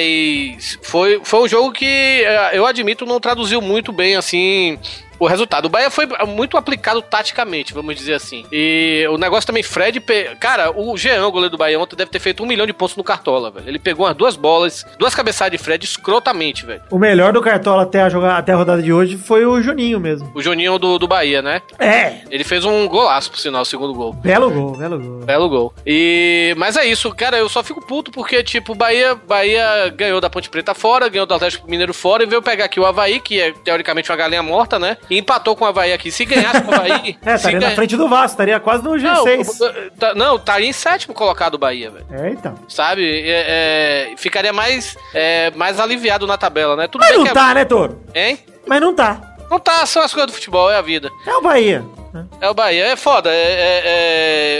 S4: Mas foi, foi um jogo que eh, eu admito não traduziu muito bem, assim. O resultado. O Bahia foi muito aplicado taticamente, vamos dizer assim. E o negócio também, Fred. pe- Cara, o Jean, o goleiro do Bahia, ontem deve ter feito um milhão de pontos no Cartola, velho. Ele pegou umas duas bolas, duas cabeçadas de Fred escrotamente, velho.
S2: O melhor do Cartola até a, joga- até a rodada de hoje foi o Juninho mesmo.
S4: O Juninho do, do Bahia, né?
S2: É,
S4: Ele fez um golaço, por sinal, o segundo gol.
S2: belo gol, belo gol.
S4: Belo gol. E mas é isso, cara, eu só fico puto porque tipo, Bahia, Bahia ganhou da Ponte Preta fora, ganhou do Atlético Mineiro fora e veio pegar aqui o Havaí, que é teoricamente uma galinha morta, né? E empatou com o Havaí aqui. Se ganhasse com o Havaí,
S2: É,
S4: se
S2: estaria na
S4: ganha-
S2: frente do Vasco, estaria quase no G6.
S4: Não, tá- não, estaria em sétimo colocado o Bahia, velho.
S2: É, então.
S4: Sabe? É, é, ficaria mais, é, mais aliviado na tabela, né? Tudo
S2: Mas
S4: bem
S2: não
S4: que é-
S2: tá, né, Toro?
S4: Hein?
S2: Mas não tá.
S4: Não tá, são as coisas do futebol, é a vida.
S2: É o Bahia. né?
S4: É o Bahia, é foda. É, é-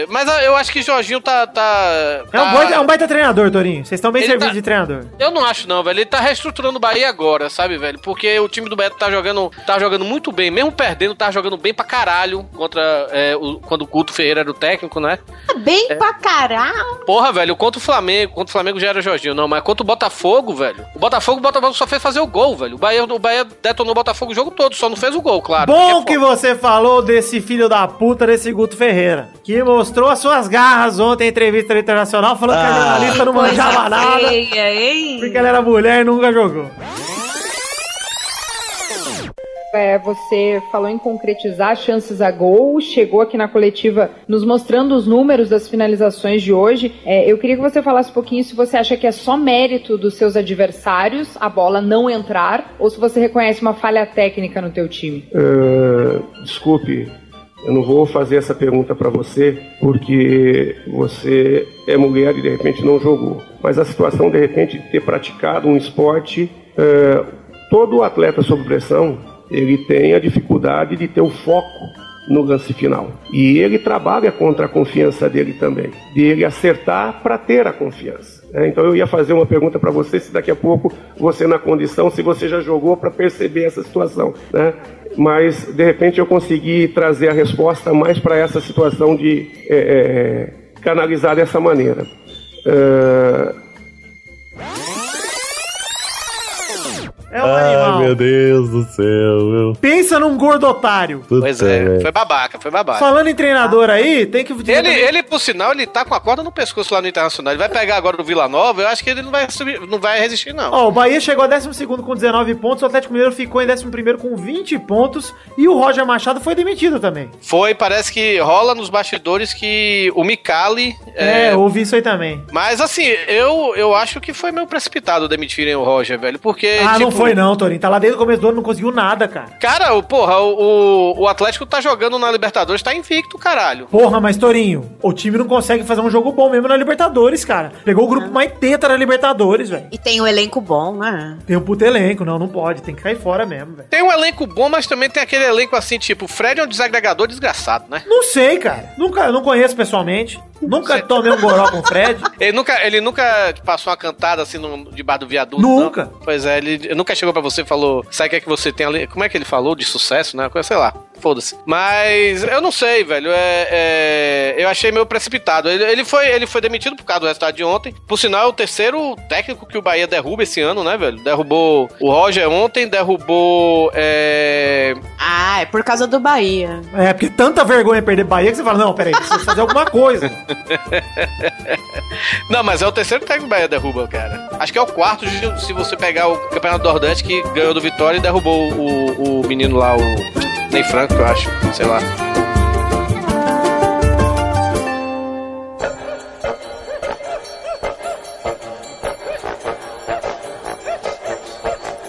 S4: é- Mas ah, eu acho que Jorginho tá. tá,
S2: É um,
S4: tá-
S2: boi- é um baita treinador, Torinho. Vocês estão bem
S4: Ele
S2: servidos
S4: tá-
S2: de treinador.
S4: Eu não acho, não, velho. Ele tá reestruturando o Bahia agora, sabe, velho? Porque o time do Bahia tá jogando, tá jogando muito bem, mesmo perdendo, tá jogando bem pra caralho contra é, o- quando o Guto Ferreira era o técnico, né?
S7: Tá Bem pra caralho.
S4: Porra, velho, contra o Flamengo, contra o Flamengo já era Jorginho, não, mas contra o Botafogo, velho. O Botafogo, o Botafogo só fez fazer o gol, velho. O Bahia, o Bahia detonou o Botafogo o jogo todo, só não fez o gol, claro.
S2: Bom
S3: é
S4: Porque
S2: que você falou desse filho da puta, desse Guto Ferreira, que mostrou as suas garras ontem em entrevista no internacional, falando
S3: Ah.
S2: que a jornalista não
S7: é.
S2: manjava nada,
S7: feia, hein?
S2: porque ela era mulher e nunca jogou.
S8: É, você falou em concretizar chances a gol, chegou aqui na coletiva nos mostrando os números das finalizações de hoje. É, eu queria que você falasse um pouquinho se você acha que é só mérito dos seus adversários a bola não entrar ou se você reconhece uma falha técnica no teu time.
S9: Ah, desculpe, eu não vou fazer essa pergunta para você porque você é mulher e de repente não jogou. Mas a situação de repente de ter praticado um esporte, ah, todo atleta sob pressão ele tem a dificuldade de ter o foco no lance final. E ele trabalha contra a confiança dele também, de ele acertar para ter a confiança. né? Então eu ia fazer uma pergunta para você, se daqui a pouco você na condição, se você já jogou para perceber essa situação, né? Mas de repente eu consegui trazer a resposta mais para essa situação de eh, eh, canalizar dessa maneira. Ah,
S2: É um
S3: Ai,
S2: animal.
S3: meu Deus do céu, meu.
S2: Pensa num gordo otário.
S3: Puta,
S4: Pois é,
S3: velho.
S4: foi babaca, foi babaca.
S2: Falando em treinador aí, tem que dizer
S4: Ele,
S2: também-
S4: ele, por sinal, ele tá com a corda no pescoço lá no Internacional. Ele vai pegar agora o Vila Nova, eu acho que ele não vai subir, não vai resistir, não.
S2: Ó, o Bahia chegou a 12 com 19 pontos, o Atlético Mineiro ficou em 11 com 20 pontos e o Roger Machado foi demitido também.
S4: Foi, parece que rola nos bastidores que o Micali.
S2: É,
S4: é,
S2: eu ouvi isso aí também.
S4: Mas assim, eu, eu acho que foi meio precipitado demitirem o Roger, velho. Porque.
S2: ah, não
S4: tipo,
S2: foi não, Torinho. Tá lá desde o começo do ano, não conseguiu nada, cara.
S4: Cara, o- porra, o, o- o Atlético tá jogando na Libertadores, tá invicto, caralho.
S2: Porra, mas Torinho, o time não consegue fazer um jogo bom mesmo na Libertadores, cara. Pegou o grupo mais teta na Libertadores, velho.
S7: E tem um elenco bom, né?
S2: Tem um puto elenco, não, não pode, tem que cair fora mesmo, velho.
S4: Tem um elenco bom, mas também tem aquele elenco assim, tipo, o Fred é um desagregador desgraçado, né?
S2: Não sei, cara. Nunca, eu não conheço pessoalmente. Nunca tomei um goró com o Fred.
S4: Ele nunca, ele nunca passou uma cantada assim no, debaixo do viaduto.
S2: Nunca.
S4: não? Pois é, ele, ele nunca chegou pra você e falou, sabe o que é que você tem ali? Como é que ele falou de sucesso, né? Coisa, Sei lá. Foda-se. Mas eu não sei, velho. É, é, eu achei meio precipitado. Ele, ele foi, ele foi demitido por causa do resultado de ontem. Por sinal, é o terceiro técnico que o Bahia derruba esse ano, né, velho? Derrubou o Roger ontem, derrubou. é,
S7: Ah, é por causa do Bahia.
S2: É, porque tanta vergonha perder Bahia que você fala, não, peraí, precisa fazer alguma coisa.
S4: Não, mas é o terceiro técnico que o Bahia derruba, cara. Acho que é o quarto se- se você pegar o Campeonato do Nordeste que ganhou do Vitória e derrubou o, o menino lá, o Ney Franco, eu acho. Sei lá.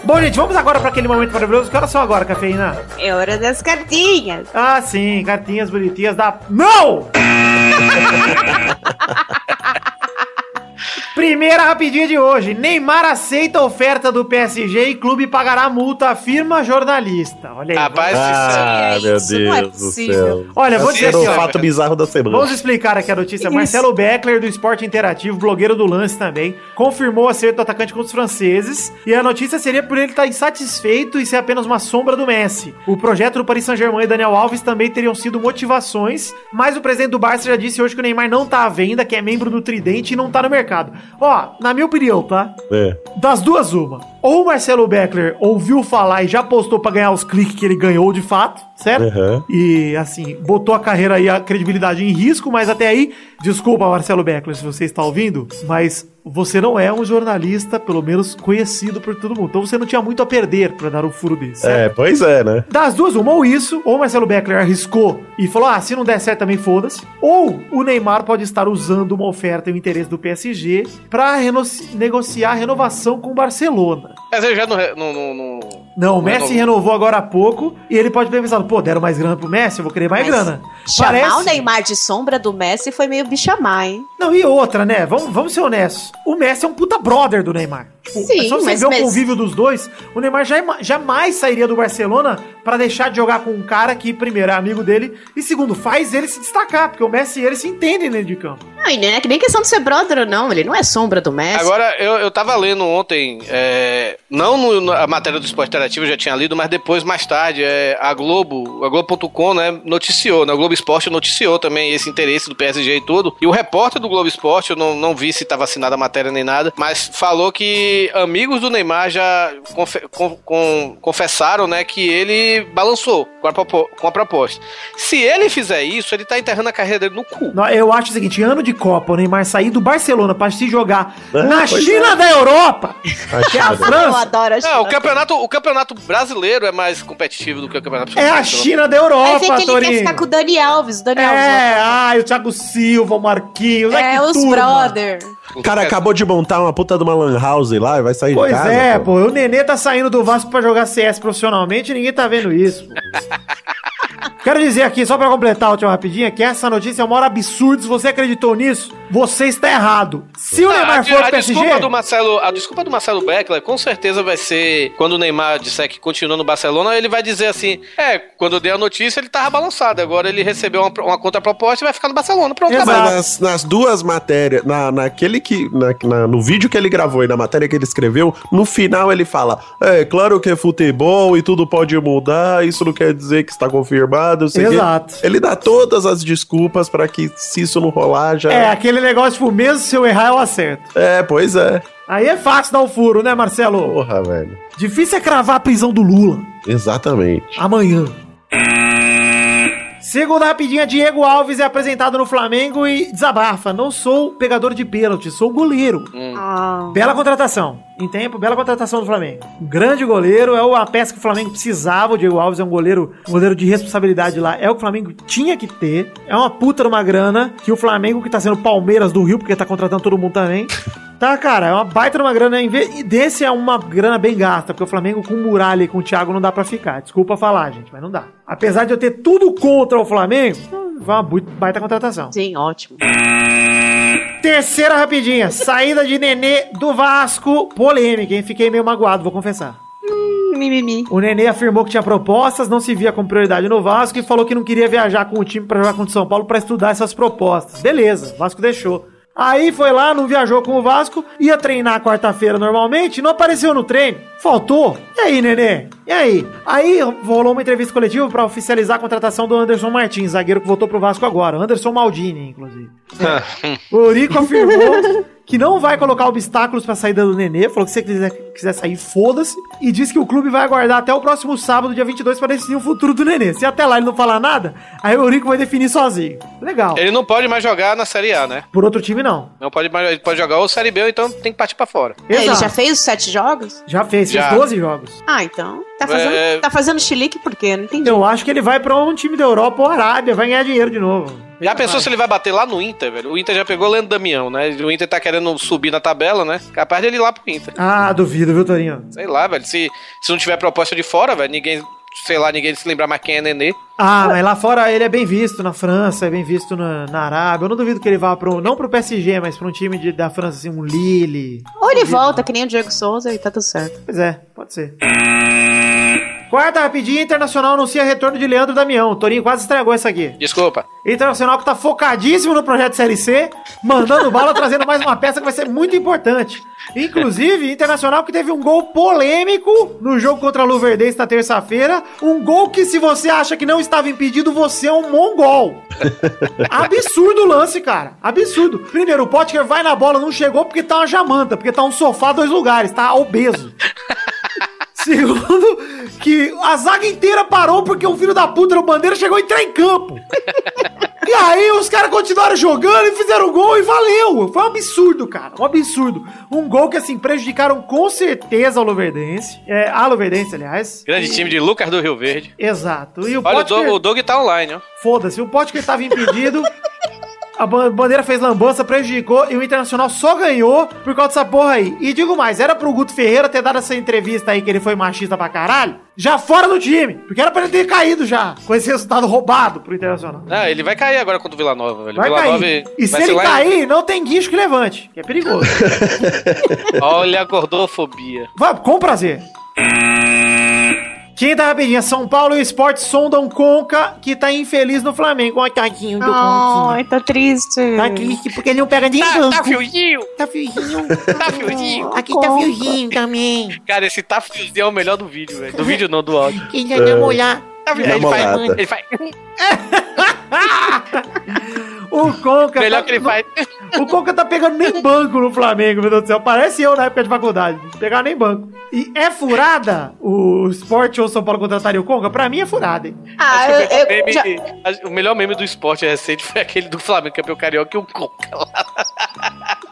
S2: Bom, gente, vamos agora para aquele momento maravilhoso. Que horas são agora, cafeína?
S7: É hora das cartinhas.
S2: Ah, sim, cartinhas bonitinhas da. Não! Primeira rapidinha de hoje. Neymar aceita a oferta do PSG e clube pagará multa, afirma jornalista. Olha aí.
S4: Rapaz,
S3: Ah,
S7: Isso é
S3: meu
S7: isso, não é
S3: Deus do
S7: possível.
S3: céu.
S2: Olha, É, vou
S3: Esse
S2: dizer
S3: era o
S2: aqui, ó.
S3: é fato bizarro da semana.
S2: Vamos explicar aqui a notícia.
S7: Isso.
S2: Marcelo Beckler, do Esporte Interativo, blogueiro do lance também, confirmou o acerto do atacante com os franceses. E a notícia seria por ele estar insatisfeito e ser apenas uma sombra do Messi. O projeto do Paris Saint-Germain e Daniel Alves também teriam sido motivações, mas o presidente do Barça já disse hoje que o Neymar não tá à venda, que é membro do Tridente e não tá no mercado. Ó, na minha opinião, tá?
S3: É.
S2: Das duas, uma. Ou o Marcelo Beckler ouviu falar e já postou pra ganhar os cliques que ele ganhou de fato, certo?
S3: Uhum.
S2: E, assim, botou a carreira e a credibilidade em risco, mas até aí, desculpa, Marcelo Beckler, se você está ouvindo, mas você não é um jornalista, pelo menos conhecido por todo mundo. Então você não tinha muito a perder pra dar um furo desse, certo?
S3: É, pois é, né?
S2: Das duas, uma, ou isso, ou o Marcelo Beckler arriscou e falou: ah, se não der certo também foda-se. Ou o Neymar pode estar usando uma oferta e o interesse do PSG pra reno- negociar a renovação com o Barcelona.
S4: mas ele já não, re- não, não, não-
S2: Não, o Messi renovou agora há pouco e ele pode ter pensado, pô, deram mais grana pro Messi, eu vou querer mais
S7: Mas
S2: grana.
S7: Chamar o Neymar de sombra do Messi foi meio bichamar, hein?
S2: Não, e outra, né? Vamos, vamos ser honestos. O Messi é um puta brother do Neymar. Tipo,
S7: Sim,
S2: é só você
S7: mas-
S2: ver o
S7: mas-
S2: convívio dos dois, o Neymar jama- jamais sairia do Barcelona pra deixar de jogar com um cara que, primeiro, é amigo dele e, segundo, faz ele se destacar, porque o Messi e ele se entendem dentro de campo.
S7: Não, e nem, é que nem questão de ser brother ou não, ele não é sombra do
S2: assim.
S7: Messi.
S4: Agora, eu, eu tava lendo ontem, é, não no- na matéria do Esporte Interativo, eu já tinha lido, mas depois, mais tarde, é, a Globo, a Globo.com, né, noticiou, né, o Globo Esporte noticiou também esse interesse do PSG e tudo, e o repórter do Globo Esporte, eu não, não vi se tava assinada a matéria nem nada, mas falou que amigos do Neymar já confe- con- con- confessaram, né, que ele balançou com a, propo- com a proposta. Se ele fizer isso, ele tá enterrando a carreira dele no cu.
S2: Não, Eu acho o seguinte, ano de Copa, o Neymar sair do Barcelona pra se jogar
S3: É,
S2: na
S3: pois
S2: China da Europa,
S3: Acho
S2: que é a
S3: que-
S7: eu
S2: França,
S7: adoro a
S4: Não, o
S7: China.
S4: campeonato, o campeonato brasileiro é mais competitivo do que o campeonato
S2: é a
S4: internacional.
S2: China da
S7: Aí vê
S2: Europa,
S7: que ele quer ficar com o
S2: Torinho.
S7: Dani Alves, o Dani Alves. né?
S2: É, ai, o Thiago Silva, o Marquinhos, ai,
S7: É,
S2: que
S7: os
S2: turma.
S7: brother.
S4: então,
S3: O cara acabou de montar uma puta de uma lan house lá e vai sair
S2: Pois
S3: de casa.
S2: é,
S3: pô.
S2: pô. O Nenê tá saindo do Vasco pra jogar CS profissionalmente e ninguém tá vendo isso. pô. Quero dizer aqui, só pra completar a última rapidinha, que essa notícia é o maior absurdo. Se você acreditou nisso, você está errado. Se o
S4: Ah,
S2: Neymar
S4: a, de-
S2: for pro
S4: a
S2: PSG...
S4: desculpa do Marcelo, a desculpa do Marcelo Beckler com certeza vai ser quando o Neymar disser que continua no Barcelona, ele vai dizer assim: "É, quando eu dei a notícia, ele tava balançado, agora ele recebeu uma, uma contraproposta e vai ficar no Barcelona". Pronto,
S2: Exato.
S4: acabou.
S3: Mas nas, nas duas matérias, na, naquele que. na- na- no vídeo que ele gravou e na matéria que ele escreveu, no final ele fala: É, claro que é futebol e tudo pode mudar, isso não quer dizer que está confirmado. não sei o quê."
S2: Exato.
S3: Ele dá todas as desculpas pra que se isso não rolar, já.
S2: É,
S3: É,
S2: aquele negócio, tipo, mesmo se eu errar, eu acerto.
S3: pois é.
S2: Aí é fácil dar o furo, né, Marcelo?
S3: Porra, velho.
S2: Difícil é cravar a prisão do Lula.
S3: Exatamente.
S2: amanhã. Segunda rapidinha, Diego Alves é apresentado no Flamengo e desabafa. Não sou pegador de pênalti, sou goleiro.
S7: Ah.
S2: Bela contratação. Em tempo, bela contratação do Flamengo. Grande goleiro, é uma peça que o Flamengo precisava. O Diego Alves é um goleiro, um goleiro de responsabilidade lá. É o que o Flamengo tinha que ter. É uma puta numa grana que o Flamengo, que tá sendo Palmeiras do Rio, porque tá contratando todo mundo também. Tá, cara, é uma baita numa grana. em vez- E desse é uma grana bem gasta, porque o Flamengo com o Muralha e com o Thiago não dá pra ficar. Desculpa falar, gente, mas não dá. Apesar de eu ter tudo contra o Flamengo, hum, foi uma bu- baita contratação.
S7: Sim, ótimo.
S2: Terceira rapidinha, saída de Nenê do Vasco, polêmica, hein? Fiquei meio magoado, vou confessar.
S7: Mimimi.
S2: O Nenê afirmou que tinha propostas, não se via com prioridade no Vasco e falou que não queria viajar com o time pra jogar contra o São Paulo pra estudar essas propostas. Beleza, o Vasco deixou. Aí foi lá, não viajou com o Vasco, ia treinar quarta-feira normalmente, não apareceu no treino. Faltou. E aí, Nenê? E aí? Aí rolou uma entrevista coletiva pra oficializar a contratação do Anderson Martins, zagueiro que voltou pro Vasco agora. Anderson Maldini, inclusive. O Eurico afirmou que não vai colocar obstáculos pra saída do Nenê, falou que se quiser, quiser sair, foda-se, e disse que o clube vai aguardar até o próximo sábado, dia 22, pra decidir o futuro do Nenê. Se até lá ele não falar nada, aí o Eurico vai definir sozinho. Legal.
S4: Ele não pode mais jogar na Série A, né?
S2: Por outro time, não.
S4: Não pode mais, ele pode jogar ou Série B, ou então tem que partir pra fora.
S7: É, Ele
S2: Exato.
S7: já fez os sete jogos?
S2: Já fez, fez
S4: Já.
S2: 12 jogos.
S7: Ah, então. Tá fazendo,
S4: É.
S7: tá fazendo chilique por quê? Não entendi.
S2: Eu acho que ele vai pra um time da Europa ou Arábia, vai ganhar dinheiro de novo.
S4: Já pensou se ele vai bater lá no Inter, velho? O Inter já pegou o Leandro Damião, né? O Inter tá querendo subir na tabela, né? Capaz dele ir lá pro Inter.
S2: Ah, duvido, viu, Torinho?
S4: Sei lá, velho. Se, se não tiver proposta de fora, velho, ninguém, sei lá, ninguém se lembrar mais quem é Nenê.
S2: Ah, mas lá fora ele é bem visto na França, é bem visto na, na Arábia. Eu não duvido que ele vá pro, não pro PSG, mas pra um time de- da França, assim, um Lille.
S7: Ou ele volta, que nem o Diego Souza, e tá tudo certo.
S2: Pois é, pode ser. Quarta rapidinha, Internacional anuncia retorno de Leandro Damião. O Torinho quase estragou essa aqui.
S4: Desculpa.
S2: Internacional que tá focadíssimo no projeto Série C, mandando bala, trazendo mais uma peça que vai ser muito importante. Inclusive, Internacional que teve um gol polêmico no jogo contra a Luverdense na terça-feira. Um gol que, se você acha que não estava impedido, você é um mongol. Absurdo o lance, cara. Absurdo. Primeiro, o Potker vai na bola, não chegou porque tá uma jamanta, porque tá um sofá dois lugares, tá obeso. Segundo, que a zaga inteira parou porque o filho da puta do bandeira chegou a entrar em campo. E aí os caras continuaram jogando e fizeram gol e valeu. Foi um absurdo, cara. Um absurdo. Um gol que, assim, prejudicaram com certeza o Luverdense. É, a Luverdense, aliás.
S4: Grande time de Lucas do Rio Verde.
S2: Exato. E
S4: Olha,
S2: o
S4: o
S2: Potker-
S4: Doug, o Doug tá online, ó.
S2: Foda-se, o Potker tava impedido. a ban- bandeira fez lambança, prejudicou e o Internacional só ganhou por causa dessa porra aí. E digo mais, era pro Guto Ferreira ter dado essa entrevista aí que ele foi machista pra caralho, já fora do time, porque era pra ele ter caído já, com esse resultado roubado pro Internacional.
S4: Ah, ele vai cair agora contra o Vila Nova, velho.
S2: Vai
S4: Vila Nova
S2: cair. E se
S4: vai ser
S2: ele
S4: lá em-
S2: cair, não tem guincho que levante, que é perigoso.
S4: Olha a gordofobia.
S2: Vai, com prazer. Quinta rapidinha, é São Paulo e o Esporte sondam Conca, que tá infeliz no Flamengo. Ó, tadinho do Conquinha.
S5: Ai, tá triste.
S2: Tá triste porque ele não pega nem
S4: Tá,
S2: banco.
S4: tá fiozinho,
S2: Tá fiozinho.
S4: tá fiozinho.
S6: Aqui tá friozinho também.
S4: Cara, esse tá fiozinho é o melhor do vídeo, velho. Do vídeo não, do áudio.
S6: Quem já namorar.
S4: Tá fiozinho,
S3: Na
S4: ele faz,
S3: molada.
S4: ele faz.
S2: O Conca,
S4: Melhor
S2: tá,
S4: que ele faz.
S2: o Conca tá pegando nem banco no Flamengo, meu Deus do céu. Parece eu na época de faculdade. Pegar nem banco. E é furada o Esporte ou São Paulo contrataria o Conca? Pra mim é furada, hein?
S7: Ah,
S4: Acho que o,
S7: eu-
S4: melhor
S7: eu, já-
S4: meme- acho- o melhor meme do esporte recente foi aquele do Flamengo, campeão carioca, e o Conca lá.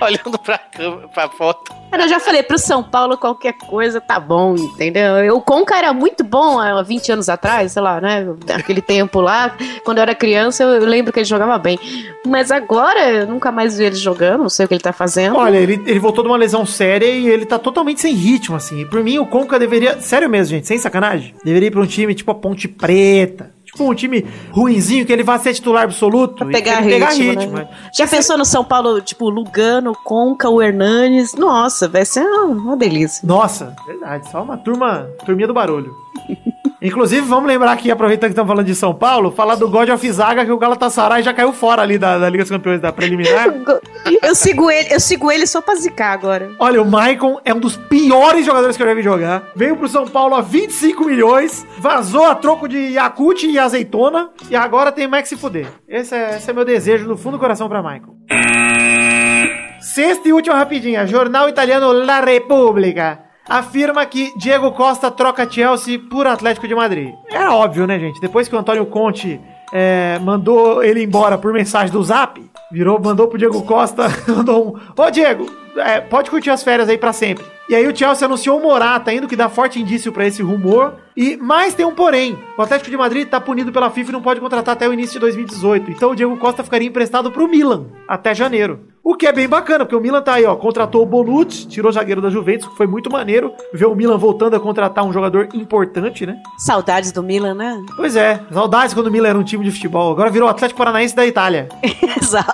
S4: Olhando pra, câmera, pra foto.
S7: cara, eu já falei pro São Paulo qualquer coisa tá bom, entendeu? Eu, o Conca era muito bom há 20 anos atrás, sei lá, né? Aquele tempo lá, quando eu era criança, eu, eu lembro que ele jogava bem. Mas agora, eu nunca mais vi ele jogando, não sei o que ele tá fazendo.
S2: Olha, ele, ele voltou de uma lesão séria e ele tá totalmente sem ritmo, assim. E por mim, o Conca deveria. Sério mesmo, gente, sem sacanagem. Deveria ir pra um time tipo a Ponte Preta. Tipo um time ruinzinho que ele vá ser titular absoluto.
S7: Pra
S2: e
S7: pegar
S2: ele
S7: ritmo, né? Já pensou no São Paulo, tipo, Lugano, Conca, o Hernanes? Nossa, vai ser uma, uma delícia.
S2: Nossa, verdade, só uma turma, turminha do barulho. Inclusive, vamos lembrar aqui, aproveitando que estamos falando de São Paulo, falar do God of Zaga que o Galatasaray já caiu fora ali da, da Liga dos Campeões da preliminar.
S7: Eu sigo ele, eu sigo ele só pra zicar agora.
S2: Olha, o Maicon é um dos piores jogadores que eu já vi jogar. Veio pro São Paulo a 25 milhões, vazou a troco de Yakut e azeitona, e agora tem mais que se fuder. Esse é, esse é meu desejo do fundo do coração pra Maicon. Sexta e última rapidinha. Jornal italiano La Repubblica afirma que Diego Costa troca Chelsea por Atlético de Madrid. Era óbvio, né, gente? Depois que o Antônio Conte é, mandou ele embora por mensagem do Zap, virou, mandou pro Diego Costa, mandou um... Ô, Diego, é, pode curtir as férias aí pra sempre. E aí o Chelsea anunciou o Morata, ainda que dá forte indício pra esse rumor. E mais tem um porém. O Atlético de Madrid tá punido pela FIFA e não pode contratar até o início de 2018. Então o Diego Costa ficaria emprestado pro Milan até janeiro. O que é bem bacana, porque o Milan tá aí, ó, contratou o Bonucci, tirou o zagueiro da Juventus, que foi muito maneiro ver o Milan voltando a contratar um jogador importante, né?
S7: Saudades do Milan, né?
S2: Pois é, saudades quando o Milan era um time de futebol, agora virou o Atlético Paranaense da Itália.
S7: Exato.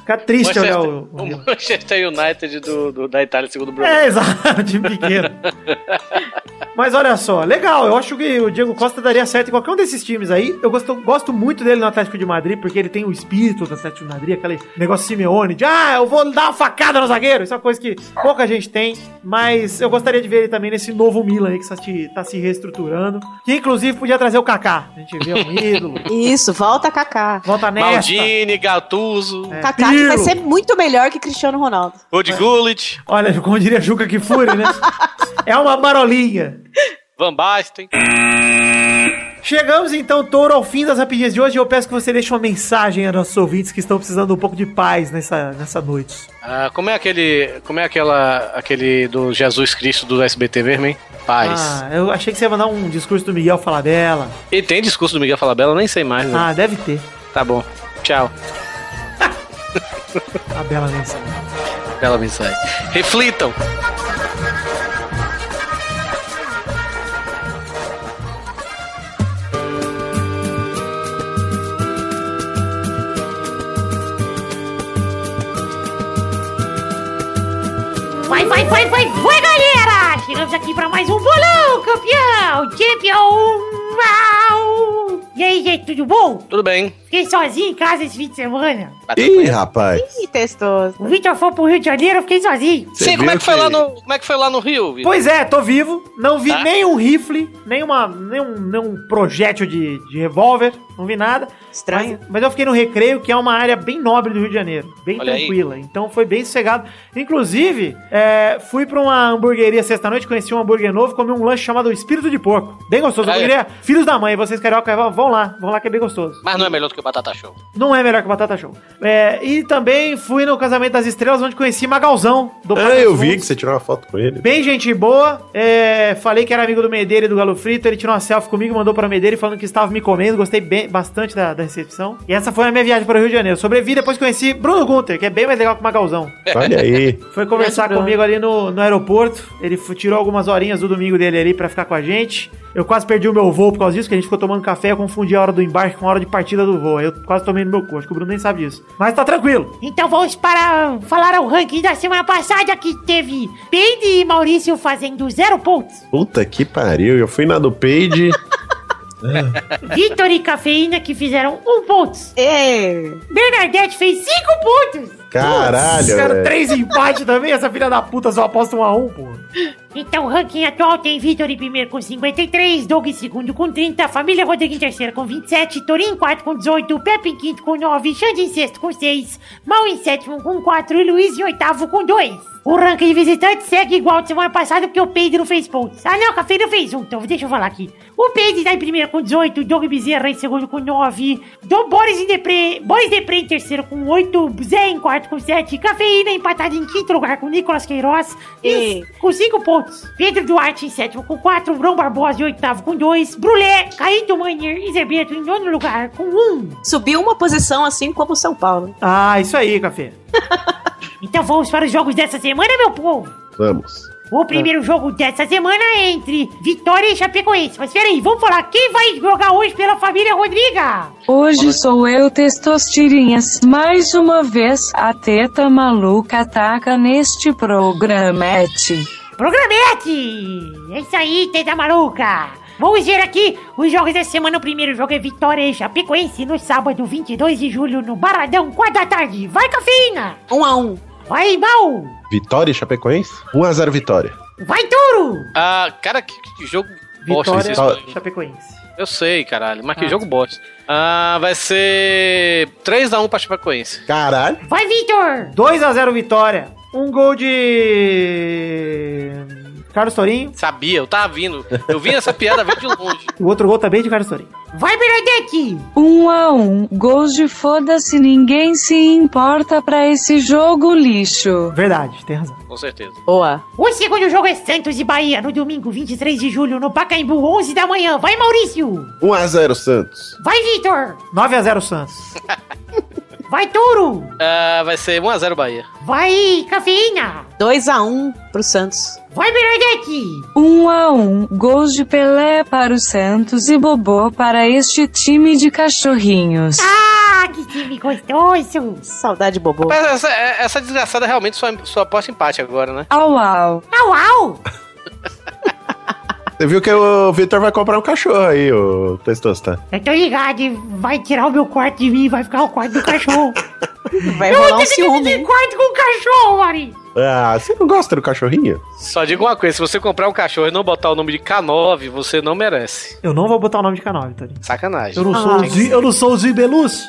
S2: Fica triste olhar
S4: Manchester,
S2: o, o
S4: o
S2: Milan.
S4: Manchester United do, do- da Itália, segundo o Bruno.
S2: É, exato, time pequeno. Mas olha só, legal, eu acho que o Diego Costa daria certo em qualquer um desses times aí. Eu gosto, gosto muito dele no Atlético de Madrid, porque ele tem o espírito do Atlético de Madrid, aquele negócio Simeone de, ah, eu vou dar uma facada no zagueiro. Isso é uma coisa que pouca gente tem, mas eu gostaria de ver ele também nesse novo Milan aí que está se, tá se reestruturando. Que inclusive podia trazer o Kaká. A gente vê um ídolo.
S7: Isso, volta Kaká.
S2: Volta nesta.
S4: Maldini, Gattuso,
S2: É,
S7: Kaká que vai
S2: Pirlo.
S7: ser muito melhor que Cristiano Ronaldo.
S4: Rod Gullit,
S2: Olha, como diria Juca Kifuri, né? é uma marolinha.
S4: Van Basten.
S2: Chegamos então, Touro, ao fim das rapidinhas de hoje. Eu peço que você deixe uma mensagem aos nossos ouvintes que estão precisando um pouco de paz nessa, nessa noite.
S4: Ah, como é aquele. Como é aquela, aquele do Jesus Cristo do SBT mesmo, hein? Paz.
S2: Ah, eu achei que você ia mandar um discurso do Miguel Falabella.
S4: E tem discurso do Miguel Falabella, eu nem sei mais, né?
S2: Ah, deve ter.
S4: Tá bom. Tchau.
S2: A bela mensagem.
S4: Bela mensagem. Reflitam.
S6: Vai, vai, vai, vai, vai, galera! Chegamos aqui pra mais um bolão, campeão! Champion! E aí, gente, tudo bom?
S4: Tudo bem.
S6: Fiquei sozinho em casa esse fim de semana.
S3: Ih, rapaz.
S7: Ih, testoso.
S6: O Vitor foi pro Rio de Janeiro, eu fiquei sozinho.
S3: Você
S4: Sim, como é
S3: viu
S4: que foi lá no. Como é que foi lá no Rio, Vitor?
S2: Pois é, tô vivo. Não vi
S4: Tá.
S2: nenhum rifle, nenhuma, nenhum, nenhum um, projétil de, de revólver, não vi nada.
S7: Estranho.
S2: Mas, mas eu fiquei no Recreio, que é uma área bem nobre do Rio de Janeiro, bem
S4: Olha aí.
S2: tranquila. Então foi bem sossegado. Inclusive, é, fui pra uma hamburgueria sexta-noite, conheci um hambúrguer novo, comi um lanche chamado Espírito de Porco. Bem gostoso,
S4: Ah, é?
S2: hamburgueria. Filhos da mãe, vocês carioca, vão lá, vão lá lá que é bem gostoso.
S4: Mas não é melhor do que o Batata Show.
S2: Não é melhor que Batata Show. É, e também fui no Casamento das Estrelas, onde conheci Magalzão, do Porta
S3: Ah,
S2: dos
S3: eu vi
S2: Fundos.
S3: que você tirou uma foto com ele.
S2: Bem gente boa, é, falei que era amigo do Medeiro e do Galo Frito, ele tirou uma selfie comigo, mandou pra Medeiro falando que estava me comendo, gostei bem, bastante da, da recepção. E essa foi a minha viagem para o Rio de Janeiro. Sobrevivi, depois conheci Bruno Gunter, que é bem mais legal que o Magalzão.
S3: Olha aí.
S2: Foi conversar
S7: Grande
S2: comigo ali no, no aeroporto. Ele fu- tirou algumas horinhas do domingo dele ali pra ficar com a gente. Eu quase perdi o meu voo por causa disso, que a gente ficou tomando café. Eu confundi a hora do embarque com a hora de partida do voo. Aí eu quase tomei no meu cu. Acho que o Bruno nem sabe disso. Mas tá tranquilo.
S6: Então vamos para falar o ranking da semana passada que teve Peide e Maurício fazendo zero pontos,
S3: Puta que pariu. Eu fui na do Page.
S6: Vitor e Cafeína que fizeram um ponto,
S7: É.
S6: Bernadette fez cinco pontos.
S3: Caralho.
S2: Fizeram
S3: velho.
S2: três empates também. Essa filha da puta só aposta um a um, pô.
S6: Então o ranking atual tem Vitor em primeiro com 53, Doug em segundo com 30, Família Rodrigo em terceiro com 27, Torinho em quarto com 18, Pepe em quinto com 9, Xande em sexto com 6, Mal em sétimo com 4 e Luiz em oitavo com 2. O ranking de visitantes segue igual de semana passada porque o Pedro não fez pontos. Ah não, o Café não fez um, então deixa eu falar aqui. O Pedro está em primeiro com 18, Doug Bezerra em segundo com 9, Dom Boris em Depre, Boris Depre em terceiro com 8, Zé em quarto com 7, Cafeína empatado em quinto lugar com Nicolas Queiroz e
S7: Ei.
S6: com 5 pontos. Pedro Duarte em sétimo com 4, Bruno Barbosa em oitavo com 2, Brulé, Caíto Manier e Zebeto em nono lugar com 1. Um.
S7: Subiu uma posição assim como São Paulo.
S2: Ah, isso aí, café.
S6: Então vamos para os jogos dessa semana, meu povo.
S3: Vamos.
S6: O primeiro jogo dessa semana é entre Vitória e Chapecoense. Mas peraí, vamos falar quem vai jogar hoje pela família Rodriga?
S10: Hoje sou eu, Testosterinhas. Mais uma vez, a teta maluca ataca neste programete.
S6: Programete! É isso aí, teta maluca! Vamos ver aqui os jogos dessa semana. O primeiro jogo é Vitória e Chapecoense no sábado 22 de julho no Baradão, 4 da tarde. Vai, cafeína!
S7: Um a um.
S6: Vai, mal!
S3: Vitória e Chapecoense? 1x0 Vitória.
S6: Vai, touro!
S4: Ah, cara, que, que jogo bosta.
S2: Vitória
S4: vocês-
S3: Vitória.
S2: Chapecoense.
S4: Eu sei, caralho, mas que jogo bosta. Ah, vai ser 3x1 pra Chapecoense.
S3: Caralho.
S6: Vai, Vitor!
S2: 2x0 vitória. Um gol de. Carlos Torinho.
S4: Sabia, eu tava vindo. Eu vi essa piada vir de longe.
S2: O outro gol também de Carlos Torinho.
S6: Vai, Bernadette!
S10: Um a um, gols de foda-se, ninguém se importa pra esse jogo lixo.
S2: Verdade, tem razão.
S4: Com certeza.
S7: Boa.
S6: O segundo jogo é Santos e Bahia no domingo 23 de julho no Pacaembu, 11 da manhã. Vai, Maurício!
S3: 1x0 Santos.
S6: Vai, Vitor!
S2: 9x0 Santos.
S6: Vai, touro!
S4: Ah, vai ser 1x0 Bahia.
S6: Vai, cafeína!
S7: 2 a 1 um pro Santos.
S6: Vai, Bernadette!
S10: Um a um, gols de Pelé para o Santos e Bobô para este time de cachorrinhos.
S6: Ah, que time gostoso!
S7: Saudade bobô.
S4: Mas essa, é, essa desgraçada realmente só, só aposta empate agora, né?
S10: Au au.
S6: Au, au!
S3: Você viu que o Vitor vai comprar um cachorro aí, o Testosta.
S6: Eu tô ligado, vai tirar o meu quarto de mim, vai ficar o quarto do cachorro.
S7: Vai
S6: eu
S7: rolar
S6: vou
S7: um
S6: ter que
S7: ciúme.
S6: dividir
S7: hein?
S6: quarto com o cachorro, Ari!
S3: Ah, você não gosta do cachorrinho?
S4: Só digo uma coisa: se você comprar um cachorro e não botar o nome de K9, você não merece.
S2: Eu não vou botar o nome de K9, Torinho.
S4: Sacanagem.
S2: Eu não sou o Zi, eu não sou o Zibeluz.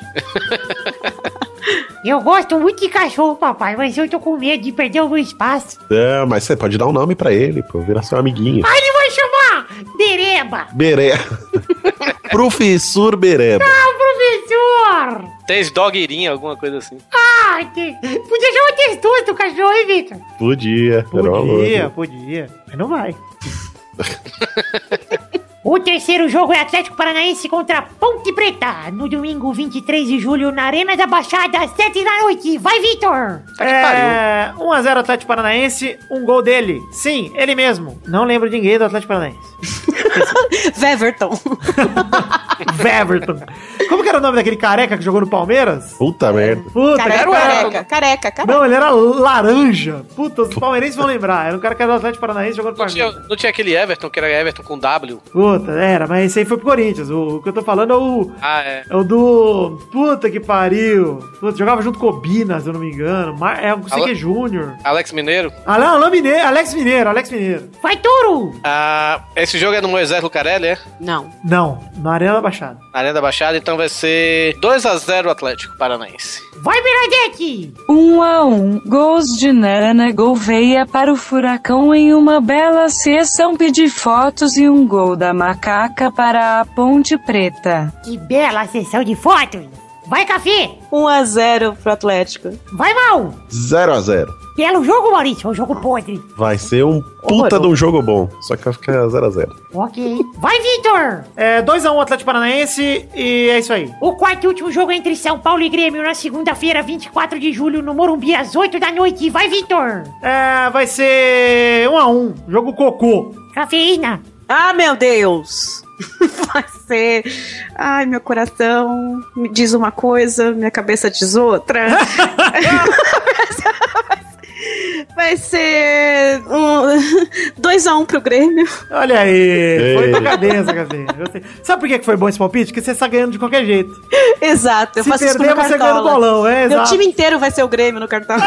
S6: Eu gosto muito de cachorro, papai, mas eu tô com medo de perder o meu espaço.
S3: Não, mas você pode dar um nome pra ele, pô. Virar seu amiguinho.
S6: Aí ele vai chamar Dereba!
S3: Bereba. Professor Bereba.
S6: Ah, professor!
S4: Tens dogueirinha, alguma coisa assim.
S6: Ah, que... podia chamar textura do cachorro, hein, Victor?
S3: Podia. Era uma
S2: Podia,
S3: boa.
S2: podia. Mas não vai.
S6: O terceiro jogo é Atlético Paranaense contra Ponte Preta, no domingo 23 de julho, na Arena da Baixada, às 7 da noite. Vai, Vitor!
S4: Tá que pariu.
S2: É, 1x0 Atlético Paranaense, um gol dele. Sim, ele mesmo. Não lembro de ninguém do Atlético Paranaense.
S7: Veverton.
S2: Everton. Como que era o nome daquele careca que jogou no Palmeiras?
S3: Puta merda.
S2: Puta, que
S7: Careca,
S2: cara-
S7: careca, careca, careca.
S2: Não, ele era laranja. Puta, os palmeirenses vão lembrar. Era um cara que era do Atlético Paranaense jogando no
S4: Não tinha,
S2: Palmeiras.
S4: não tinha aquele Everton, que era Everton com W?
S2: Puta, era, mas esse aí foi pro Corinthians. O, o que eu tô falando é o.
S4: Ah, é.
S2: É o do. Puta que pariu! Puta, jogava junto com o Bina, se eu não me engano. Mar... É o
S4: Alô?
S2: CQ Júnior. Ah,
S4: Alex Mineiro?
S2: Alain, Alain Mineiro, Alex Mineiro, Alex Mineiro.
S6: Vai, Touro!
S4: Ah, esse jogo é no Moisés Lucarelli, é?
S7: Não.
S2: Não, na Arena da Baixada.
S4: Na Arena da Baixada, então vai ser 2x0 Atlético Paranaense.
S6: Vai, Bernadette!
S10: Um a um, gols de Nana Gouveia para o Furacão em uma bela sessão pedir fotos e um gol da Macaca para a Ponte Preta.
S6: Que bela sessão de fotos! Vai, Café!
S5: 1x0 pro Atlético.
S6: Vai, Mal!
S3: 0x0.
S6: Belo jogo, Maurício! É um jogo podre!
S3: Vai ser um puta de um jogo bom. Só que vai ficar 0x0.
S6: Ok. Vai, Vitor!
S2: É 2x1 Atlético Paranaense e é isso aí.
S6: O quarto e último jogo é entre São Paulo e Grêmio na segunda-feira, 24 de julho, no Morumbi, às 8 da noite. Vai, Vitor!
S2: É, vai ser 1x1, jogo cocô.
S6: Cafeína!
S5: Ah, meu Deus! Vai ser. Ai, meu coração me diz uma coisa, minha cabeça diz outra. Vai ser. 2x1 pro Grêmio.
S2: Olha aí, foi
S3: Ei.
S2: pra cabeça, Gabriel. Gostei. Sabe por que que foi bom esse palpite? Porque você está ganhando de qualquer jeito.
S5: Exato, eu
S2: Se
S5: faço isso com
S2: perder,
S5: meu
S2: você ganha no
S5: cartola.
S2: bolão, é,
S5: Meu
S2: exato. Então.
S5: time inteiro vai ser o Grêmio no cartão.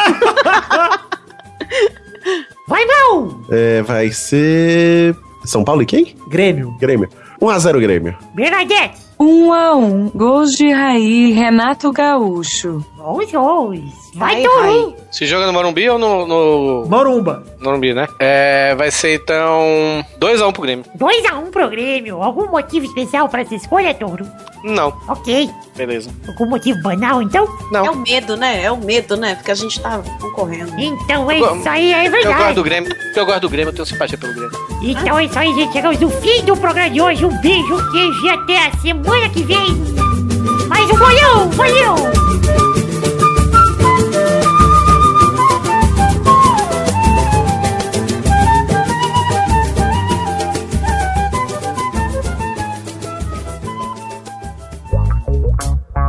S6: Vai, Mal!
S3: É, vai ser. São Paulo e quem?
S2: Grêmio.
S3: Grêmio. 1x0 Grêmio.
S6: Bernadette!
S10: 1 a 1 gols de Raí e Renato Gaúcho.
S6: Bons gols!
S5: Vai,
S6: Vai, Toru!
S4: Se joga é no Morumbi ou no, no,
S2: Morumba.
S4: no Morumbi, né? É, vai ser então 2x1 pro Grêmio.
S6: 2x1 pro Grêmio. Algum motivo especial pra essa escolha, Touro?
S4: Não,
S6: Ok.
S4: beleza.
S6: Algum motivo banal, então?
S4: Não.
S5: É o medo, né? É o medo, né? Porque a gente tá concorrendo.
S6: Então é
S4: Eu go-
S6: isso aí, é
S4: Eu gosto do
S6: verdade.
S4: Grêmio, eu gosto do Grêmio, eu tenho simpatia pelo Grêmio.
S6: Então é isso aí, gente. Chegamos no fim do programa de hoje. Um beijo, um queijo e até a semana que vem. Mais um bolhão, bolhão!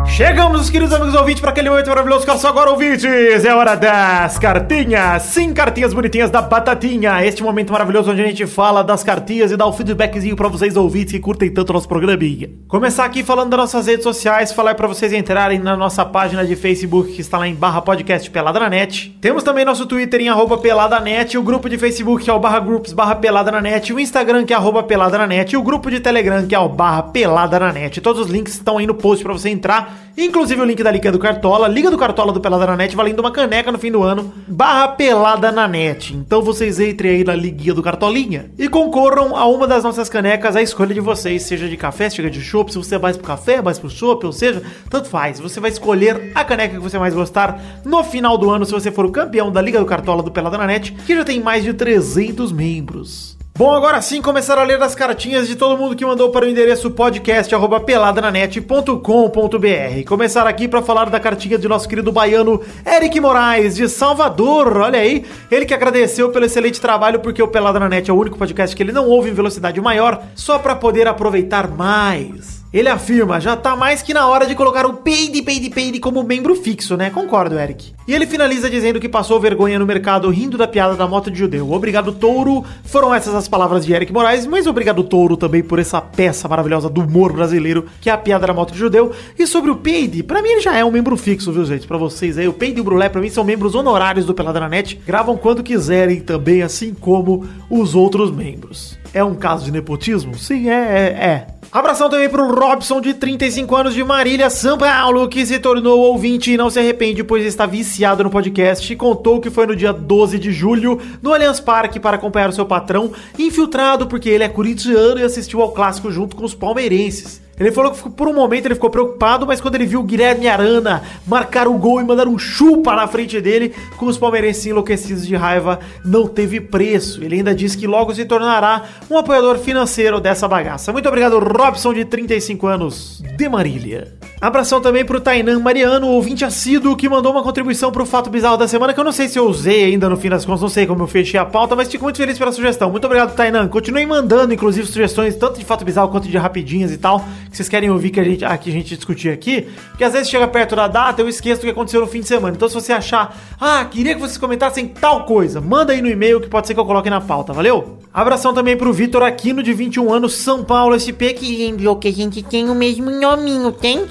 S2: Chegamos, queridos amigos ouvintes, para aquele momento maravilhoso. Cara, só agora, ouvintes! É hora das cartinhas! Sim, cartinhas bonitinhas da Batatinha! Este momento maravilhoso onde a gente fala das cartinhas e dá o feedbackzinho para vocês ouvintes que curtem tanto o nosso programinha. Começar aqui falando das nossas redes sociais, falar para vocês entrarem na nossa página de Facebook, que está lá em barra podcast Pelada na Net. Temos também nosso Twitter em arroba peladanet, o grupo de Facebook que é o barra groups barra pelada na net, o Instagram que é arroba pelada na net e o grupo de Telegram que é o barra pelada na net. Todos os links estão aí no post pra você entrar, inclusive o link da Liga do Cartola, Liga do Cartola do Pelada na Net, valendo uma caneca no fim do ano, barra pelada na net. Então vocês entrem aí na Liguinha do Cartolinha e concorram a uma das nossas canecas, a escolha de vocês, seja de café, seja de chopp, se você é mais pro café, mais pro chopp, ou seja, tanto faz. Você vai escolher a caneca que você mais gostar no final do ano, se você for o campeão da Liga do Cartola do Pelada na Net, que já tem mais de 300 membros. Bom, agora sim começar a ler as cartinhas de todo mundo que mandou para o endereço podcast@peladananet.com.br. Começar aqui para falar da cartinha de nosso querido baiano Eric Moraes de Salvador. Olha aí, ele que agradeceu pelo excelente trabalho porque o Pelada na Net é o único podcast que ele não ouve em velocidade maior, só para poder aproveitar mais. Ele afirma, já tá mais que na hora de colocar o Peide, Peide, Peide como membro fixo, né? Concordo, Eric. E ele finaliza dizendo que passou vergonha no mercado rindo da piada da moto de judeu. Obrigado, Touro. Foram essas as palavras de Eric Moraes, mas obrigado, Touro, também por essa peça maravilhosa do humor brasileiro, que é a piada da moto de judeu. E sobre o Peide, pra mim ele já é um membro fixo, viu, gente? Pra vocês aí, o Peide e o Brulé, pra mim, são membros honorários do Pelada na Net. Gravam quando quiserem também, assim como os outros membros. É um caso de nepotismo? Sim, é, é, é. Abração também pro Robson, de 35 anos, de Marília, São Paulo, que se tornou ouvinte e não se arrepende, pois está viciado no podcast e contou que foi no dia 12 de julho, no Allianz Parque, para acompanhar o seu patrão, infiltrado porque ele é corintiano e assistiu ao clássico junto com os palmeirenses. Ele falou que ficou- por um momento ele ficou preocupado, mas quando ele viu o Guilherme Arana marcar o gol e mandar um chupa na frente dele, com os palmeirenses enlouquecidos de raiva, não teve preço. Ele ainda disse que logo se tornará um apoiador financeiro dessa bagaça. Muito obrigado, Robson, de 35 anos, de Marília. Abração também pro Tainan Mariano, ouvinte assíduo, que mandou uma contribuição pro Fato Bizarro da Semana, que eu não sei se eu usei ainda no fim das contas, não sei como eu fechei a pauta, mas fico muito feliz pela sugestão. Muito obrigado, Tainan. Continue mandando, inclusive, sugestões, tanto de Fato Bizarro quanto de Rapidinhas e tal, que vocês querem ouvir que a gente, aqui a gente discutir aqui, porque às vezes chega perto da data, eu esqueço o que aconteceu no fim de semana. Então se você achar, ah, queria que vocês comentassem tal coisa, manda aí no e-mail que pode ser que eu coloque na pauta, valeu? Abração também pro Vitor Aquino, de 21 anos, um São Paulo, SP, que
S6: Lembrou que a gente tem o mesmo nominho, tem?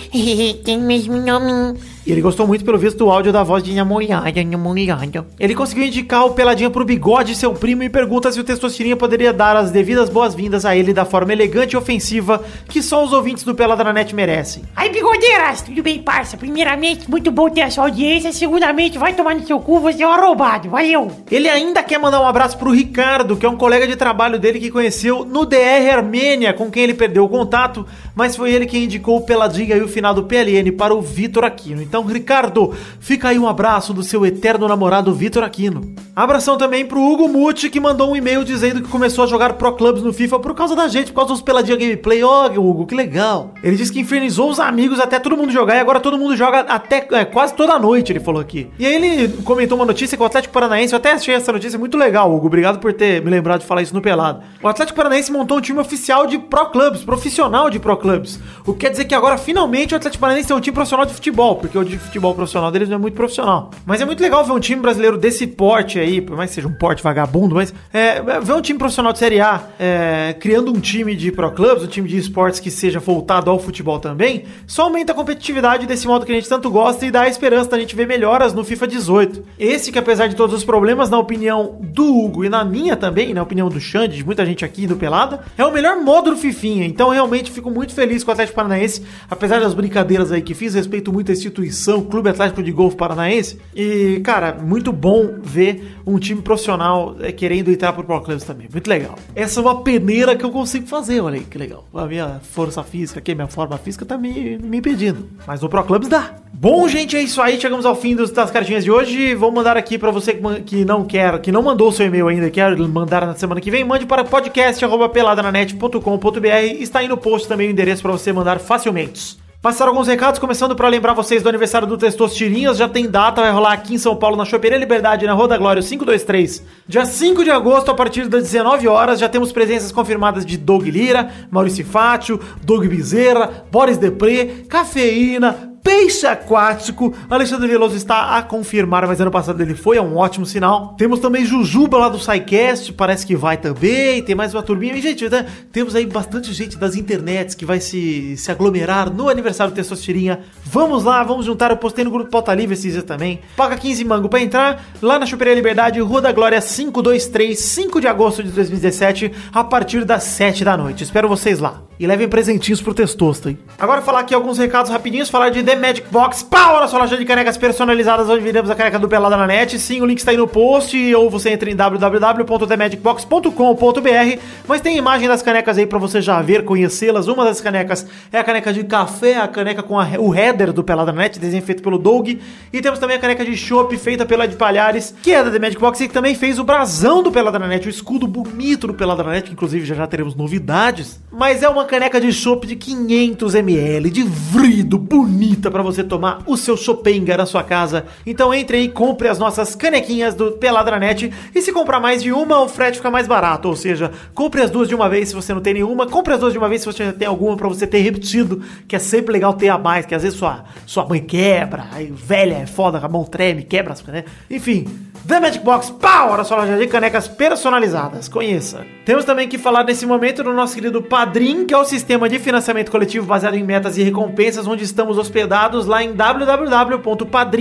S6: Tem o mesmo nome.
S2: E ele gostou muito, pelo visto, do áudio da voz de namorada, namorada. Ele conseguiu indicar o Peladinha pro bigode de seu primo e pergunta se o Testosterinha poderia dar as devidas boas-vindas a ele da forma elegante e ofensiva que só os ouvintes do Peladranet merecem.
S6: Aí, bigodeiras, tudo bem, parça? Primeiramente, muito bom ter a sua audiência. Segundamente, vai tomar no seu cu, você é um arrombado. Valeu!
S2: Ele ainda quer mandar um abraço pro Ricardo, que é um colega de trabalho dele que conheceu no DR Armênia, com quem ele perdeu o contato, mas foi ele quem indicou o Peladinha e o final do PLN para o Vitor Aquino. Então, Ricardo, fica aí um abraço do seu eterno namorado Vitor Aquino. Abração também pro Hugo Muti, que mandou um e-mail dizendo que começou a jogar Pro Clubs no FIFA por causa da gente, por causa dos Peladinha Gameplay. Ó, Hugo, que legal. Ele disse que infernizou os amigos até todo mundo jogar e agora todo mundo joga até é, quase toda noite, ele falou aqui. E aí ele comentou uma notícia que o Atlético Paranaense, eu até achei essa notícia muito legal, Hugo. Obrigado por ter me lembrado de falar isso no Pelado. O Atlético Paranaense montou um time oficial de Pro Clubs, profissional de Pro Clubs. O que quer dizer que agora finalmente o Atlético Paranaense tem um time profissional de futebol, porque o de futebol profissional deles não é muito profissional. Mas é muito legal ver um time brasileiro desse porte aí, por mais que seja um porte vagabundo, mas é, ver um time profissional de Série A é, criando um time de Pro Clubs, um time de esportes que seja voltado ao futebol também, só aumenta a competitividade desse modo que a gente tanto gosta e dá a esperança da gente ver melhoras no FIFA 18. Esse que apesar de todos os problemas, na opinião do Hugo e na minha também, na opinião do Xande, de muita gente aqui do Pelada, é o melhor modo do Fifinha. Então realmente fico muito feliz com o Atlético Paranaense, apesar das brincadeiras aí que fiz, respeito muito a instituição, Clube Atlético de Golfo Paranaense. E, cara, muito bom ver um time profissional é, querendo entrar pro Pro Clubs também. Muito legal. Essa é uma peneira que eu consigo fazer, olha aí, que legal. A minha força física aqui, a minha forma física tá me, me impedindo. Mas no Pro Clubs dá. Bom, gente, é isso aí. Chegamos ao fim dos- das cartinhas de hoje. Vou mandar aqui pra você que man- que não quer, que não mandou o seu e-mail ainda, quer mandar na semana que vem, mande para podcast@peladananet.com.br. Está aí no post também o endereço pra você mandar facilmente. Passar alguns recados, começando para lembrar vocês do aniversário do Testos Tirinhas, já tem data, vai rolar aqui em São Paulo, na Choperia Liberdade, na Rua da Glória, 523. Dia 5 de agosto, a partir das 19 horas, já temos presenças confirmadas de Doug Lira, Maurício Fátio, Doug Bezerra, Boris Depré, Cafeína, Peixe aquático. Alexandre Veloso está a confirmar, mas ano passado ele foi, é um ótimo sinal. Temos também Jujuba lá do SciCast, parece que vai também. Tem mais uma turminha. E, gente, né, temos aí bastante gente das internets que vai se, se aglomerar no aniversário do Testosterinha. Vamos lá, vamos juntar. Eu postei no grupo Pauta Livre esses dias também. Paga 15 mango pra entrar. Lá na Chuperia Liberdade, Rua da Glória 523, 5 de agosto de 2017, a partir das 7 da noite. Espero vocês lá. E levem presentinhos pro Testosta, hein? Agora falar aqui alguns recados rapidinhos, falar de The Magic Box Power, a sua loja de canecas personalizadas, onde viremos a caneca do Pelada na net. Sim, o link está aí no post, ou você entra em www.themagicbox.com.br, mas tem imagem das canecas aí pra você já ver, conhecê-las. Uma das canecas é a caneca de café, a caneca com a- o header do Pelada na net, desenho feito pelo Doug. E temos também a caneca de chopp, feita pela Ed Palhares, que é da The Magic Box e que também fez o brasão do Pelada na net, o escudo bonito do Pelada na net, que inclusive já já teremos novidades. Mas é uma caneca de chopp de 500ml, de vrido, bonita pra você tomar o seu chopenga na sua casa. Então entre aí, compre as nossas canequinhas do Peladranet e se comprar mais de uma, o frete fica mais barato. Ou seja, compre as duas de uma vez se você não tem nenhuma, compre as duas de uma vez se você já tem alguma pra você ter repetido, que é sempre legal ter a mais, que às vezes sua, sua mãe quebra, aí velha é foda, a mão treme, quebra as canecas. Enfim, The Magic Box Power, a sua loja de canecas personalizadas. Conheça. Temos também que falar nesse momento do nosso querido Padrim, que é o sistema de financiamento coletivo baseado em metas e recompensas, onde estamos hospedados lá em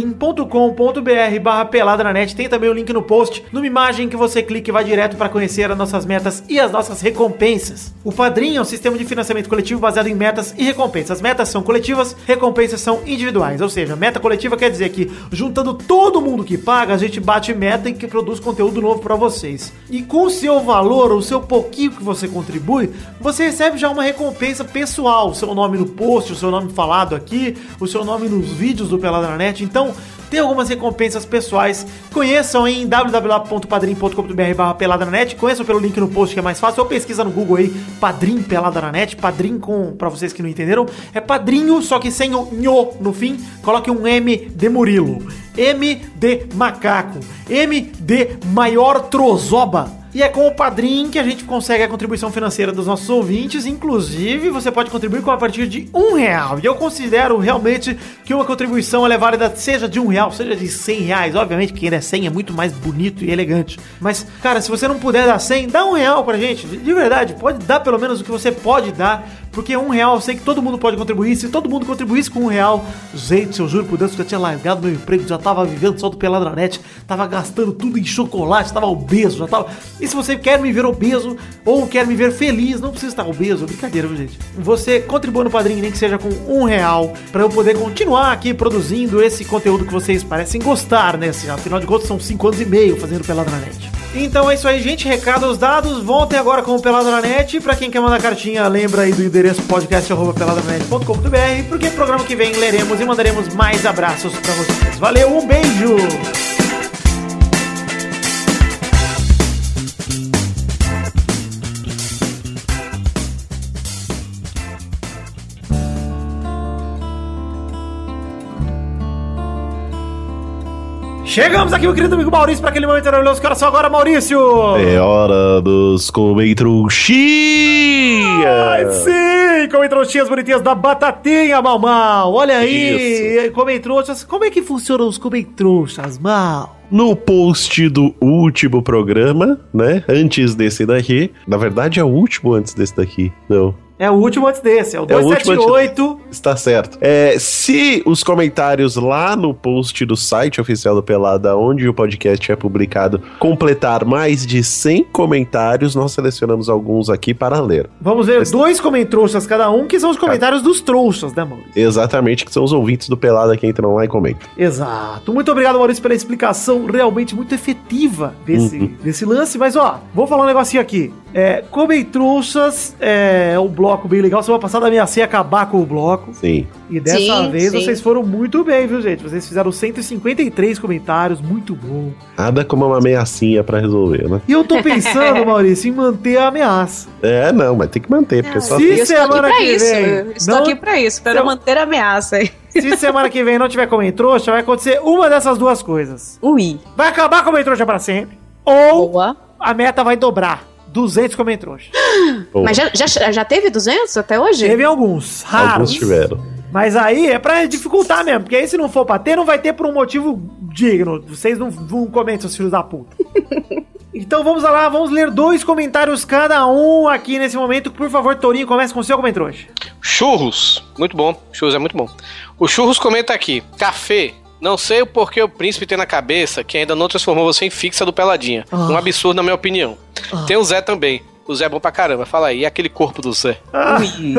S2: www.padrim.com.br barra pelada na net. Tem também o link no post, numa imagem que você clica e vai direto para conhecer as nossas metas e as nossas recompensas. O Padrim é um sistema de financiamento coletivo baseado em metas e recompensas. As metas são coletivas, recompensas são individuais. Ou seja, meta coletiva quer dizer que juntando todo mundo que paga, a gente bate meta e que produz conteúdo novo para vocês. E com o seu valor, o seu pouquinho que você contribui, você recebe já uma recompensa pessoal. O seu nome no post, o seu nome falado aqui, o seu nome nos vídeos do Pelada na Net. Então, tem algumas recompensas pessoais. Conheçam em www.padrim.com.br barra Pelada na Net. Conheçam pelo link no post que é mais fácil. Ou pesquisa no Google aí, Padrim Pelada na Net. Padrim com, pra vocês que não entenderam, é padrinho, só que sem o nho no fim. Coloque um M de Murilo. M de Macaco. M de Maior Trozoba. E é com o Padrim que a gente consegue a contribuição financeira dos nossos ouvintes. Inclusive, você pode contribuir com a partir de um real. E eu considero realmente que uma contribuição ela é válida, seja de um real, seja de cem reais. Obviamente, porque ainda é cem, é muito mais bonito e elegante. Mas, cara, se você não puder dar cem, dá um real pra gente. De de verdade, pode dar pelo menos o que você pode dar Porque um real eu sei que todo mundo pode contribuir. Se todo mundo contribuísse com um real, gente, eu juro por Deus que eu tinha largado meu emprego, já tava vivendo só do Peladronete, tava gastando tudo em chocolate, tava obeso, já tava. E se você quer me ver obeso ou quer me ver feliz, não precisa estar obeso, é brincadeira, viu, gente? Você contribua no padrinho, nem que seja com um real, pra eu poder continuar aqui produzindo esse conteúdo que vocês parecem gostar, né? Assim, Afinal de contas, são cinco anos e meio fazendo Peladronete. Então é isso aí, gente. Recados dados. Voltem agora com o Peladranet. Pra quem quer mandar cartinha, lembra aí do endereço podcast.peladranet.com.br, porque no programa que vem leremos e mandaremos mais abraços pra vocês. Valeu, um beijo! Chegamos aqui, meu querido amigo Maurício, pra aquele momento maravilhoso. Cara, só agora, Maurício!
S3: É hora dos comentrouxias!
S2: Ai, sim! Comentrouxinhas bonitinhas da Batatinha, Mal Mal. Olha aí! Comentrouxas. Como é que funcionam os comentrouxas, Mal?
S3: No post do último programa, né? Antes desse daqui. Na verdade, é o último antes desse daqui. Não.
S2: É o último antes desse, é o
S3: É o último
S2: 278.
S3: Está certo. É, se os comentários lá no post do site oficial do Pelada, onde o podcast é publicado, completar mais de 100 comentários, nós selecionamos alguns aqui para ler.
S2: Vamos ver dois comentrouxas cada um, que são os comentários dos trouxas, né, Maurício?
S3: Exatamente, que são os ouvintes do Pelada que entram lá e comentam.
S2: Exato. Muito obrigado, Maurício, pela explicação realmente muito efetiva desse, desse lance. Mas, ó, vou falar um negocinho aqui. É, Comem Trouxas é um bloco bem legal. Semana passada ameacei acabar com o bloco.
S3: Sim.
S2: E dessa
S7: Sim,
S2: vez
S7: sim.
S2: vocês foram muito bem, viu, gente? Vocês fizeram 153 comentários, muito bom.
S3: Nada como uma ameaçinha pra resolver, né?
S2: E eu tô pensando, Maurício, em manter a ameaça.
S3: É, não, mas tem que manter, porque só.
S2: se-
S7: Eu estou aqui
S2: semana
S7: pra
S2: que
S7: isso.
S2: vem.
S7: eu Estou
S2: Não-
S7: aqui pra isso, para
S2: Não-
S7: manter a ameaça.
S2: Se semana que vem não tiver Comem Trouxa, vai acontecer uma dessas duas coisas.
S7: Ui.
S2: Vai acabar Comem Trouxa pra sempre, ou
S7: Boa.
S2: a meta vai dobrar. 200 Comem Trouxa.
S3: Boa.
S7: Mas já, já, já teve 200 até hoje?
S2: Teve alguns, raros.
S7: Ah,
S3: Alguns tiveram.
S2: Mas aí é pra dificultar mesmo, porque aí se não for pra ter, não vai ter por um motivo digno. Vocês não vão comentar, seus filhos da puta. então vamos lá, vamos ler dois comentários cada um aqui nesse momento. Por favor, Torinho, comece com o seu comentário hoje.
S4: Churros, muito bom. Churros é muito bom. O Churros comenta aqui: café. Não sei o porquê o príncipe tem na cabeça que ainda não transformou você em fixa do Peladinha.
S2: Ah.
S4: Um absurdo, na minha opinião. Tem o Zé também. O Zé é bom pra caramba. Fala aí, e aquele corpo do Zé?
S7: Ui.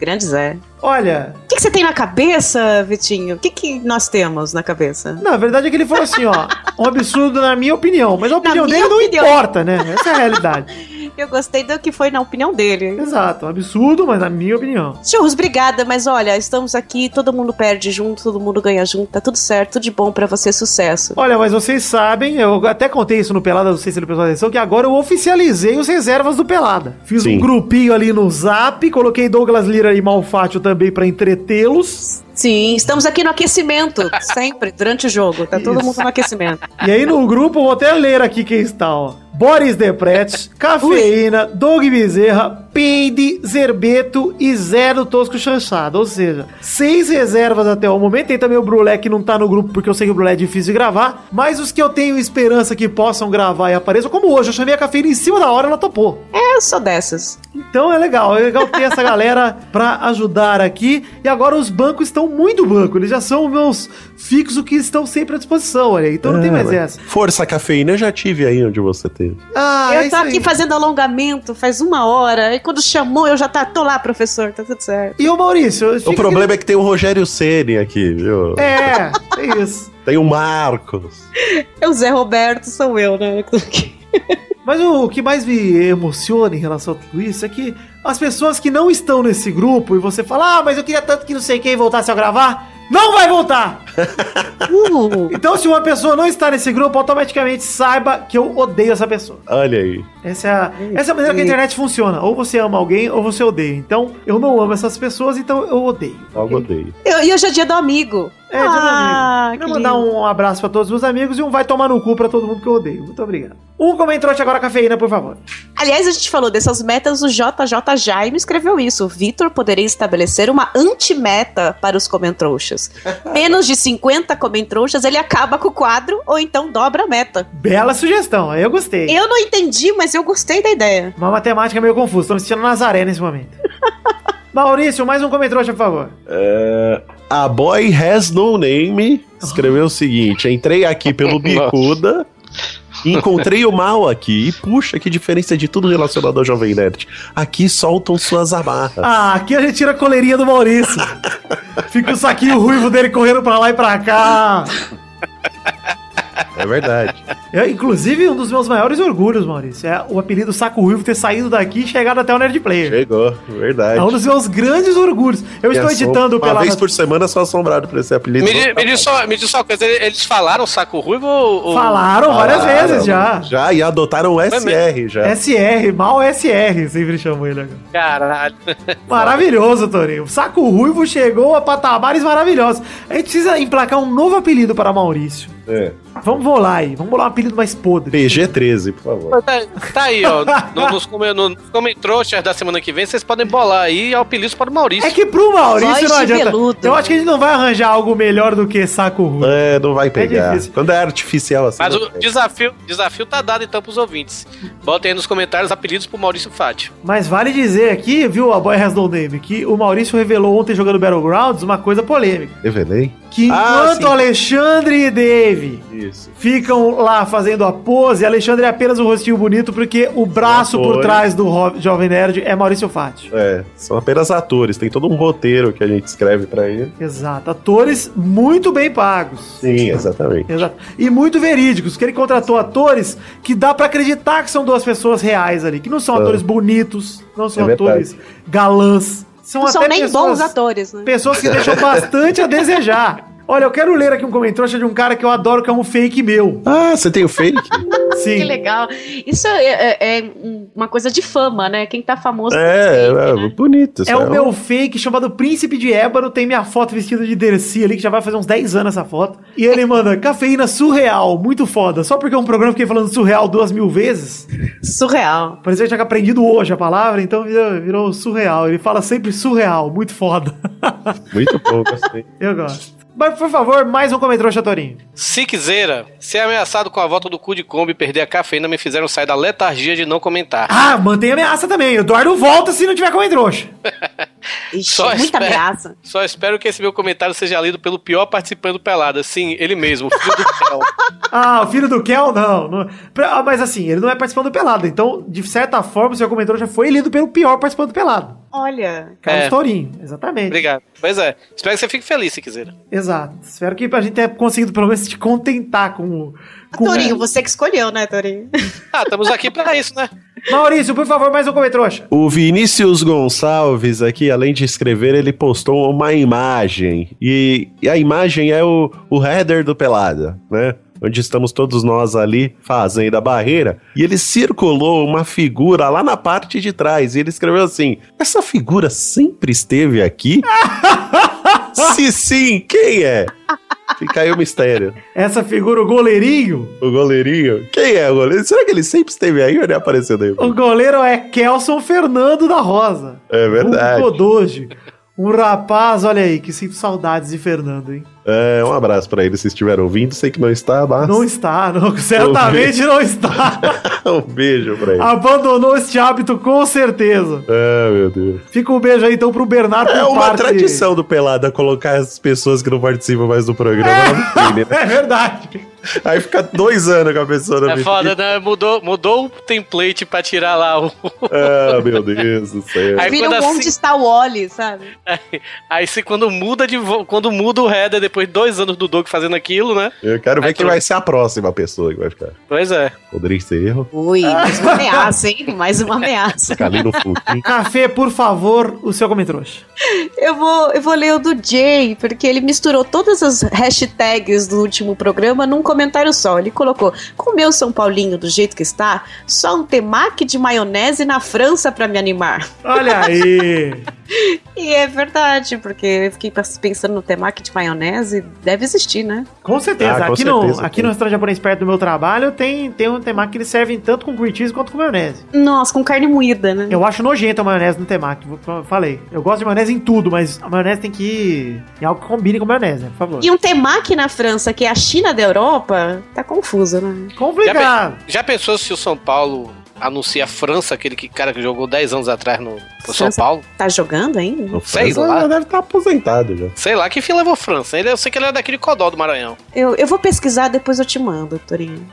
S7: Grande Zé.
S2: Ah, Olha,
S7: O que, que você tem na cabeça, Vitinho? O que, que nós temos na cabeça?
S2: na verdade é que ele falou assim, ó, um absurdo na minha opinião, mas a opinião
S7: minha
S2: dele não
S7: opinião.
S2: importa, né? Essa é a realidade.
S7: Eu gostei do que foi na opinião dele.
S2: Exato, um absurdo, mas na minha opinião.
S7: Churros, obrigada, mas olha, estamos aqui, todo mundo perde junto, todo mundo ganha junto, tá tudo certo, tudo de bom pra você, sucesso.
S2: Olha, mas vocês sabem, eu até contei isso no Pelada, não sei se ele prestou atenção, que agora eu oficializei os reservas do Pelada. Fiz
S3: Sim.
S2: um grupinho ali no Zap, coloquei Douglas Lira e Malfátio também pra entretê-los.
S7: Sim, estamos aqui no aquecimento, sempre, durante o jogo, tá todo
S2: Isso.
S7: mundo no aquecimento.
S2: E aí no grupo, eu vou até ler aqui quem está, ó. Boris Depretes, Cafeína, Doug Bezerra, Peide, Zerbeto e Zero Tosco Chanchado. Ou seja, seis reservas até o momento. Tem também o Brulé que não tá no grupo, porque eu sei que o Brulé é difícil de gravar. Mas os que eu tenho esperança que possam gravar e apareçam, como hoje, eu chamei a Cafeína em cima da hora, ela topou.
S7: É, eu sou dessas.
S2: Então é legal, é legal ter essa galera pra ajudar aqui. E agora os bancos estão muito banco, eles já são meus fixos que estão sempre à disposição, olha aí. Então não tem
S3: É,
S2: mais
S3: mas-
S2: essa.
S3: Força cafeína, eu já tive aí onde você teve.
S2: Ah, é
S7: eu
S2: isso
S7: tô aqui
S2: aí.
S7: fazendo alongamento faz uma hora, e quando chamou eu já tá, tô lá, professor, tá tudo certo.
S2: E o Maurício? fica
S3: O
S2: aqui-
S3: problema é que tem o Rogério Ceni aqui, viu?
S2: É, é isso.
S3: Tem o Marcos.
S7: É o Zé Roberto, sou eu, né?
S2: Mas o que mais me emociona em relação a tudo isso é que as pessoas que não estão nesse grupo e você fala, ah, mas eu queria tanto que não sei quem voltasse a gravar, não vai voltar!
S7: Uh,
S2: Então, se uma pessoa não está nesse grupo, automaticamente saiba que eu odeio essa pessoa.
S3: Olha aí.
S2: Essa é, a, essa é a maneira que a internet funciona. Ou você ama alguém, ou você odeia. Então, eu não amo essas pessoas, então eu odeio.
S3: Logo odeio.
S7: eu- e hoje é dia do amigo.
S2: É, dia do
S7: Ah,
S2: amigo.
S7: que
S2: Quero mandar
S7: lindo.
S2: um abraço pra todos os meus amigos e um vai tomar no cu pra todo mundo que eu odeio. Muito obrigado. Um comentário agora, cafeína, por favor.
S7: Aliás, a gente falou dessas metas, o JJ Jaime escreveu isso. Vitor poderia estabelecer uma antimeta para os comentrouxas. Menos de 50 comentrouxas, ele acaba com o quadro ou então dobra a meta.
S2: Bela sugestão, eu gostei.
S7: Eu não entendi, mas eu gostei da ideia.
S2: Uma matemática meio confusa, tô me sentindo Nazaré nesse momento. Maurício, mais um comentrouxa, por favor.
S3: É, a boy has no name escreveu o seguinte: entrei aqui pelo Bicuda. Encontrei o mal aqui. E puxa, que diferença de tudo relacionado ao Jovem Nerd. Aqui soltam suas amarras.
S2: Ah, aqui a gente tira a coleirinha do Maurício. Fica o saquinho ruivo dele correndo pra lá e pra cá.
S3: É verdade.
S2: Eu, inclusive, um dos meus maiores orgulhos, Maurício, é o apelido Saco Ruivo ter saído daqui e chegado até o Nerd Player.
S3: Chegou, verdade.
S2: É um dos meus grandes orgulhos. Eu estou
S3: Pensou-
S2: editando
S3: Uma
S2: pela.
S3: vez por semana sou assombrado por esse apelido.
S4: Me, di- me diz só, me diz só uma coisa, ele- eles falaram saco ruivo ou. ou-
S2: Falaram várias
S3: Falaram,
S2: vezes já.
S3: Ah,
S2: É.
S3: Já, e adotaram o SR já.
S2: SR, mal SR, sempre chamou ele agora.
S4: Caralho. Então
S2: Maravilhoso, Torinho. O Saco Ruivo chegou a patamares maravilhosos. A gente precisa emplacar um novo apelido para Maurício.
S3: É.
S2: Vamos bolar aí, vamos bolar um apelido mais podre.
S3: PG-13, por favor.
S4: Tá, tá aí, ó. no- Nos, come- no- nos comentrouxas da semana que vem, vocês podem bolar aí apelidos para o Maurício.
S2: É que pro Maurício
S7: Voz
S2: não
S7: de
S2: adianta.
S7: veludo.
S2: Eu acho que a gente não vai arranjar algo melhor do que Saco Ruivo.
S3: É, não vai pegar.
S2: difícil.
S3: Quando é artificial assim.
S4: Mas
S3: não
S4: o
S3: pega.
S4: desafio, desafio tá dado então pros ouvintes. Botem aí nos comentários apelidos pro Maurício Fátio.
S2: Mas vale dizer aqui, viu, a Boy Has No Name, que o Maurício revelou ontem jogando Battlegrounds uma coisa polêmica.
S3: Revelei?
S2: Que
S3: Ah,
S2: enquanto
S3: sim.
S2: Alexandre e Dave
S3: Isso.
S2: ficam lá fazendo a pose, Alexandre é apenas um rostinho bonito porque o braço por
S3: Foi.
S2: trás do Ro- Jovem Nerd é Maurício Fátio.
S3: É, são apenas atores, tem todo um roteiro que a gente escreve pra ele.
S2: Exato. Atores muito bem pagos.
S3: Sim, exatamente.
S2: Exato. E muito verídicos, porque ele contratou atores que dá pra acreditar que são duas pessoas reais ali, que não são
S3: Ah.
S2: atores bonitos, não são
S3: É
S2: atores galãs. São
S5: Não são
S2: Então, até
S5: nem
S2: pessoas-
S5: bons atores, né?
S2: Pessoas que deixam bastante a desejar. Olha, eu quero ler aqui um comentário de um cara que eu adoro, que é um fake meu.
S3: Ah, você tem o fake?
S2: Sim.
S7: Que legal. Isso é, é- é uma coisa de fama, né? Quem tá famoso. né?
S3: é, é, bonito.
S2: É
S3: isso
S2: o meu fake chamado Príncipe de Ébano. Tem minha foto vestida de Dercy ali, que já vai fazer uns 10 anos essa foto. E ele manda cafeína surreal, muito foda. Só porque é um programa que fiquei falando surreal duas mil vezes.
S7: Surreal.
S2: Parecia que eu tinha aprendido hoje a palavra, então virou, virou surreal. Ele fala sempre surreal, muito foda. É.
S3: Muito pouco, assim.
S2: Eu gosto. Mas, por favor, mais um comentário, Chatorinho.
S4: Se quiser, ser ameaçado com a volta do cu de Kombi e perder a cafeína me fizeram sair da letargia de não comentar.
S2: Ah, mantém a ameaça também. Eduardo volta se não tiver comentário.
S7: Ixi,
S4: Só
S7: muita
S4: espera.
S7: ameaça.
S4: Só espero que esse meu comentário seja lido pelo pior participante do Pelada. Sim, ele mesmo, o filho do céu.
S2: Ah, o filho do Kel? Não. não. Pra- ah, Mas assim, ele não é participando do Pelado. Então, de certa forma, o seu comentário já foi lido pelo pior participante do Pelado.
S5: Olha,
S2: Carlos
S4: É.
S2: Tourinho, exatamente.
S4: Obrigado. Pois é. Espero que você fique feliz, se quiser.
S2: Exato. Espero que a gente tenha conseguido, pelo menos, te contentar com o. Com
S7: Torinho, você que escolheu, né, Torinho?
S4: Ah, estamos aqui pra isso, né?
S2: Maurício, por favor, mais um comentrouxa.
S3: O Vinícius Gonçalves aqui, além de escrever, ele postou uma imagem. E, e a imagem é o, o header do Pelada, né? Onde estamos todos nós ali fazendo a barreira. E ele circulou uma figura lá na parte de trás. E ele escreveu assim: Essa figura sempre esteve aqui? Se sim, quem é? Fica aí o mistério.
S2: Essa figura, o goleirinho.
S3: O goleirinho. Quem é o goleiro? Será que ele sempre esteve aí ou ele apareceu daí?
S2: O goleiro é Kelson Fernando da Rosa.
S3: É
S2: Um
S3: verdade.
S2: Kodoji. Um rapaz, olha aí, que sinto saudades de Fernando, hein?
S3: É, um abraço pra ele se estiver ouvindo. Sei que não está, mas
S2: Não está, não, certamente não está.
S3: um beijo pra ele.
S2: Ah. Abandonou este hábito com certeza.
S3: É, meu Deus.
S2: Fica um beijo aí então pro Bernardo.
S3: É
S2: por
S3: uma
S2: parte-
S3: tradição do Pelada colocar as pessoas que não participam mais do programa na vitrine, né?
S2: É verdade.
S3: Aí fica dois anos com a pessoa na
S4: É
S3: vitrine.
S4: foda, né? Mudou, mudou o template pra tirar lá o.
S3: Ah, meu Deus do céu.
S4: Aí
S7: Vira
S4: quando,
S7: um
S4: assim-
S7: onde está o Oli, sabe?
S4: aí se quando muda de vo- quando muda o header depois de dois anos do Doug fazendo aquilo, né?
S3: Eu quero ver
S4: Aí
S3: quem
S4: tu-
S3: vai ser a próxima pessoa que vai ficar.
S4: Pois é.
S3: Poderia ser erro.
S7: Ui, mais uma ameaça, hein? Mais uma ameaça.
S3: Ficar ali no fuquinho.
S2: Café, por favor, o seu comentrouxa.
S7: Eu vou, eu vou ler o do Jay, porque ele misturou todas as hashtags do último programa num comentário só. Ele colocou: Comeu São Paulinho do jeito que está? Só um temaki de maionese na França pra me animar.
S2: Olha aí.
S7: E é verdade, porque eu fiquei pensando no temaki de maionese, deve existir, né?
S2: Com certeza.
S3: Ah, com
S2: aqui no,
S3: certeza,
S2: aqui
S3: sim.
S2: no restaurante japonês perto do meu trabalho tem, tem um temaki que eles servem tanto com cream cheese quanto com maionese.
S7: Nossa, com carne moída, né?
S2: Eu acho nojenta a maionese no temaki, vou- fa- falei. Eu gosto de maionese em tudo, mas a maionese tem que ir em algo que combine com maionese, né? por favor.
S7: E um temaki na França, que é a China da Europa, tá confuso, né?
S2: Complicado.
S4: Já pensou se o São Paulo a não ser a França, aquele que, cara que jogou 10 anos atrás no, no São
S5: França
S4: Paulo.
S5: Tá jogando ainda?
S3: O
S4: Sei
S3: França
S4: lá.
S3: já deve estar aposentado já.
S4: Sei lá, que fim levou a França? Ele, eu sei que ele é daquele Codó do Maranhão.
S5: Eu, eu vou pesquisar, depois eu te mando, Torinho.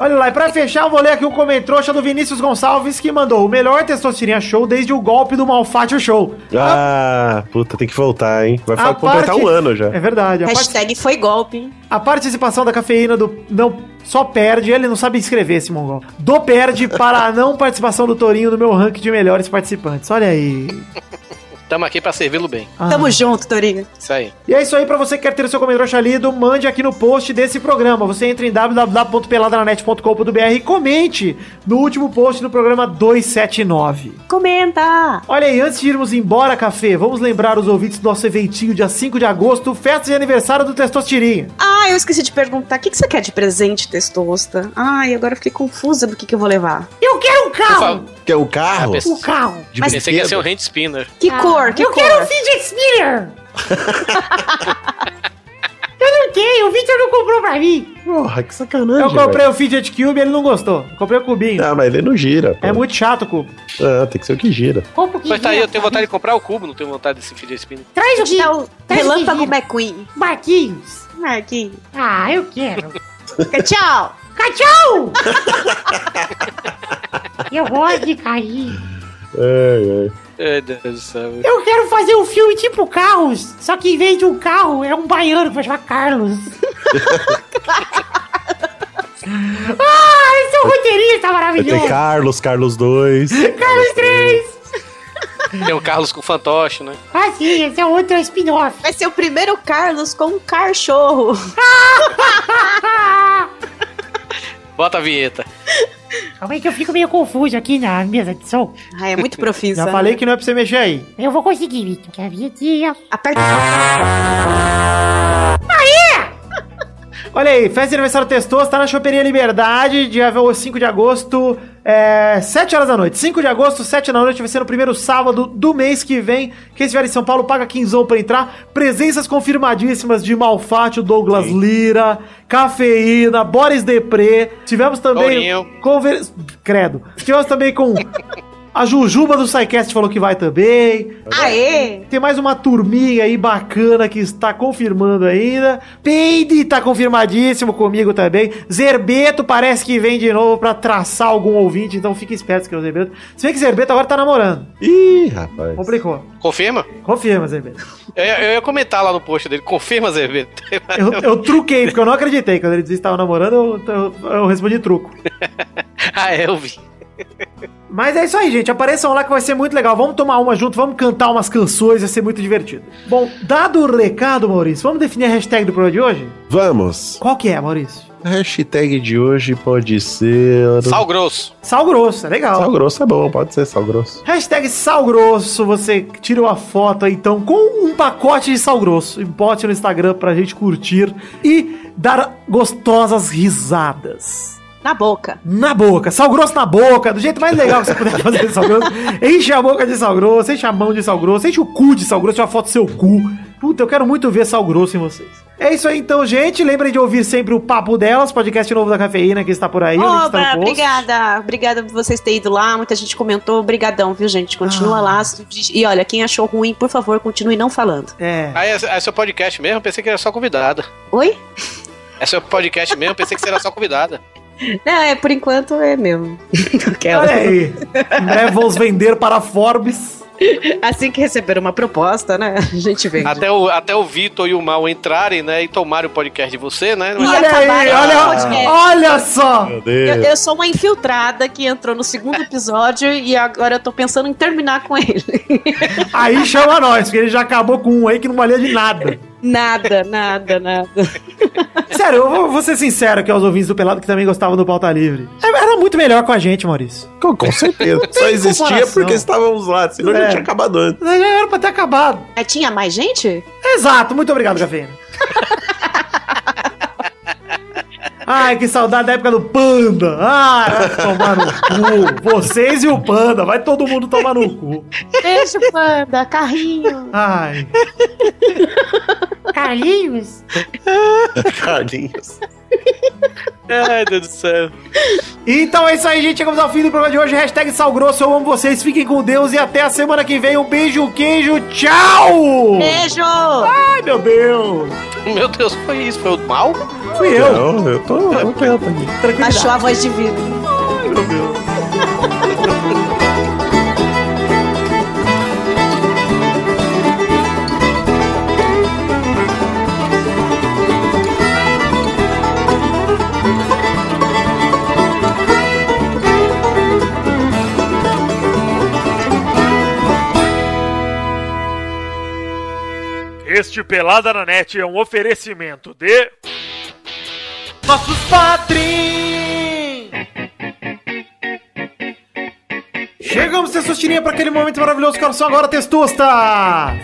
S2: Olha lá, e pra fechar, eu vou ler aqui o comentrouxa do Vinícius Gonçalves que mandou o melhor testosterinha show desde o golpe do Malfátio Show.
S3: Ah, puta, tem que voltar, hein? Vai
S2: A
S3: fa- completar
S2: parte-
S3: um ano já.
S2: É verdade. A, part-
S5: Hashtag foi golpe, hein?
S2: a participação da cafeína do não só perde, ele não sabe escrever esse mongol. Do perde para a não participação do Torinho no meu ranking de melhores participantes. Olha aí.
S4: Tamo aqui pra servi-lo bem.
S2: Ah.
S5: Tamo junto, Torinho.
S4: Isso aí.
S2: E é isso aí, pra você que quer ter o seu comentário lido, mande aqui no post desse programa. Você entra em www.peladranet.com.br e comente no último post do programa 279.
S5: Comenta!
S2: Olha aí, antes de irmos embora, Cafê, vamos lembrar os ouvintes do nosso eventinho dia 5 de agosto, festa de aniversário do Testostirinha.
S5: Ah, eu esqueci de perguntar. O que, que você quer de presente, Testosta? Ai, agora eu fiquei confusa do que, que eu vou levar.
S6: Eu quero um
S4: Por
S6: carro!
S4: favor.
S3: Que é o carro?
S4: Ah,
S6: Um carro!
S3: de
S7: é
S4: Pensei que ia ser um
S3: brinquedo?
S4: hand spinner.
S5: Que cor? Que
S6: eu
S5: cor?
S6: quero um fidget spinner! eu não tenho, o Victor não comprou pra mim.
S3: Porra, que sacanagem.
S2: Eu comprei o Fidget Cube e ele não gostou. Eu comprei o cubinho.
S3: velho. Ah, mas ele não gira. pô.
S2: É muito chato o cubo.
S3: Ah, tem que ser o que gira.
S6: Compra o que
S4: Mas tá aí,
S6: vier,
S4: eu tenho
S6: tá?
S4: vontade de comprar o cubo, não tenho vontade desse fidget spinner.
S6: Traz o que?
S5: Tá o
S6: Tá
S5: Relâmpago
S6: esquisito.
S5: McQueen.
S6: Marquinhos.
S5: Marquinhos.
S6: Ah, eu quero.
S5: Tchau!
S6: Cachau! eu gosto de cair.
S3: É,
S4: Ai, Deus do céu.
S6: Eu quero fazer um filme tipo Carros, só que em vez de um carro, é um baiano que vai chamar Carlos. ah, esse é um roteirista
S3: é. Tem
S6: maravilhoso.
S3: Carlos, Carlos 2.
S6: Carlos 3!
S4: Tem o Carlos com fantoche, né?
S6: Ah, sim, esse é outro spin-off.
S5: Vai ser o primeiro Carlos com um cachorro.
S4: Bota a vinheta.
S6: Calma aí que eu fico meio confuso aqui na mesa de som.
S5: Ai, é muito profissa.
S2: Já falei que não é pra você mexer aí.
S6: Eu vou conseguir, Vitor. Quer vir aqui, ó.
S5: Aperta.
S2: Olha aí, festa de aniversário Testoso, tá na Choperia Liberdade, dia 5 de agosto, é, 7 horas da noite. 5 de agosto, 7 da noite, vai ser no primeiro sábado do mês que vem. Quem estiver em São Paulo, paga quinzão pra entrar. Presenças confirmadíssimas de Malfátio, Douglas Lira, Cafeína, Boris Depré. Tivemos também...
S4: Torinho.
S2: Conver... Credo. Tivemos também com... A Jujuba do SciCast falou que vai também.
S5: Aê!
S2: Tem mais uma turminha aí bacana que está confirmando ainda. Peide tá confirmadíssimo comigo também. Zerbeto parece que vem de novo pra traçar algum ouvinte, então fique esperto que é o Zerbeto. Se bem que Zerbeto agora tá namorando.
S3: Ih, rapaz.
S2: Complicou.
S4: Confirma?
S2: Confirma, Zerbeto.
S4: Eu, ia- eu ia comentar lá no post dele. Confirma, Zerbeto.
S2: Eu, eu truquei, porque eu não acreditei. Quando ele disse que estava namorando, eu, eu, eu respondi truco.
S4: ah, é, eu vi.
S2: Mas é isso aí, gente. Apareçam lá que vai ser muito legal. Vamos tomar uma junto, vamos cantar umas canções, vai ser muito divertido. Bom, dado o recado, Maurício, vamos definir a hashtag do programa de hoje?
S3: Vamos.
S2: Qual que é, Maurício?
S3: A hashtag de hoje pode ser.
S4: Sal grosso.
S2: Sal grosso, é legal.
S3: Sal grosso é bom, pode ser sal grosso.
S2: Hashtag sal grosso, você tira uma foto aí, então com um pacote de sal grosso e bote no Instagram pra gente curtir e dar gostosas risadas.
S5: Na boca.
S2: Na boca, sal grosso na boca, do jeito mais legal que você puder fazer sal grosso. Enche a boca de sal grosso, enche a mão de sal grosso, enche o cu de sal grosso, tira uma foto do seu cu. Puta, eu quero muito ver sal grosso em vocês. É isso aí então, gente. Lembrem de ouvir sempre o Papo Delas, podcast novo da Cafeína que está por aí. o link está no
S5: Oba,
S2: post.
S5: obrigada. Obrigada por vocês terem ido lá. Muita gente comentou. Obrigadão, viu, gente?
S2: Ah.
S5: Continua lá. E olha, quem achou ruim, por favor, continue não falando.
S2: É.
S4: Aí é, é seu podcast mesmo? Pensei que era só convidada.
S5: Oi?
S4: É seu podcast mesmo? Pensei que você era só convidada.
S5: Não, é, por enquanto é mesmo. Aquela.
S2: Olha aí. Em breve vamos vender para a Forbes.
S5: Assim que receber uma proposta, né? A gente vem.
S4: Até o, até o Vitor e o Mal entrarem, né? E tomarem o podcast de você, né?
S5: E
S2: Olha aí,
S5: acabaram
S2: olha,
S5: com o podcast.
S2: olha só.
S3: Meu
S5: Eu,
S3: Deus.
S5: eu sou uma infiltrada que entrou no segundo episódio e agora eu tô pensando em terminar com ele.
S2: Aí chama nós, porque ele já acabou com um aí que não valia de nada.
S5: Nada, nada, nada.
S2: Sério, eu vou, vou ser sincero aqui aos ouvintes do Pelado que também gostavam do Pauta Livre. É, Era muito melhor com a gente, Maurício.
S3: Com, com certeza. Só existia
S2: comparação.
S3: porque estávamos lá, senão
S2: É.
S3: já tinha acabado antes.
S2: Já era pra ter acabado.
S5: Mas tinha mais gente?
S2: Exato, muito obrigado, Cafeína. Ai, que saudade da época do Panda. Ai, vai tomar no cu. Vocês e o Panda, vai todo mundo tomar no cu.
S7: Beijo, panda, carrinho.
S2: Ai.
S6: Carlinhos?
S3: Carlinhos.
S4: Ai, Deus do céu.
S2: Então é isso aí, gente. Chegamos ao fim do programa de hoje. Hashtag Salgrosso, eu amo vocês. Fiquem com Deus e até a semana que vem. Um beijo, queijo, tchau!
S5: Beijo!
S2: Ai, meu Deus!
S4: Meu Deus, foi isso? Foi o mal?
S2: Fui eu.
S3: Não, eu tô eu tento aqui.
S2: Tranquilidade.
S5: Achou a voz de vida.
S11: Este Pelada na Net é um oferecimento de.
S2: Nossos padrinhos! Chegamos, Testostirinha, para aquele momento maravilhoso. Quero só agora, Testosta!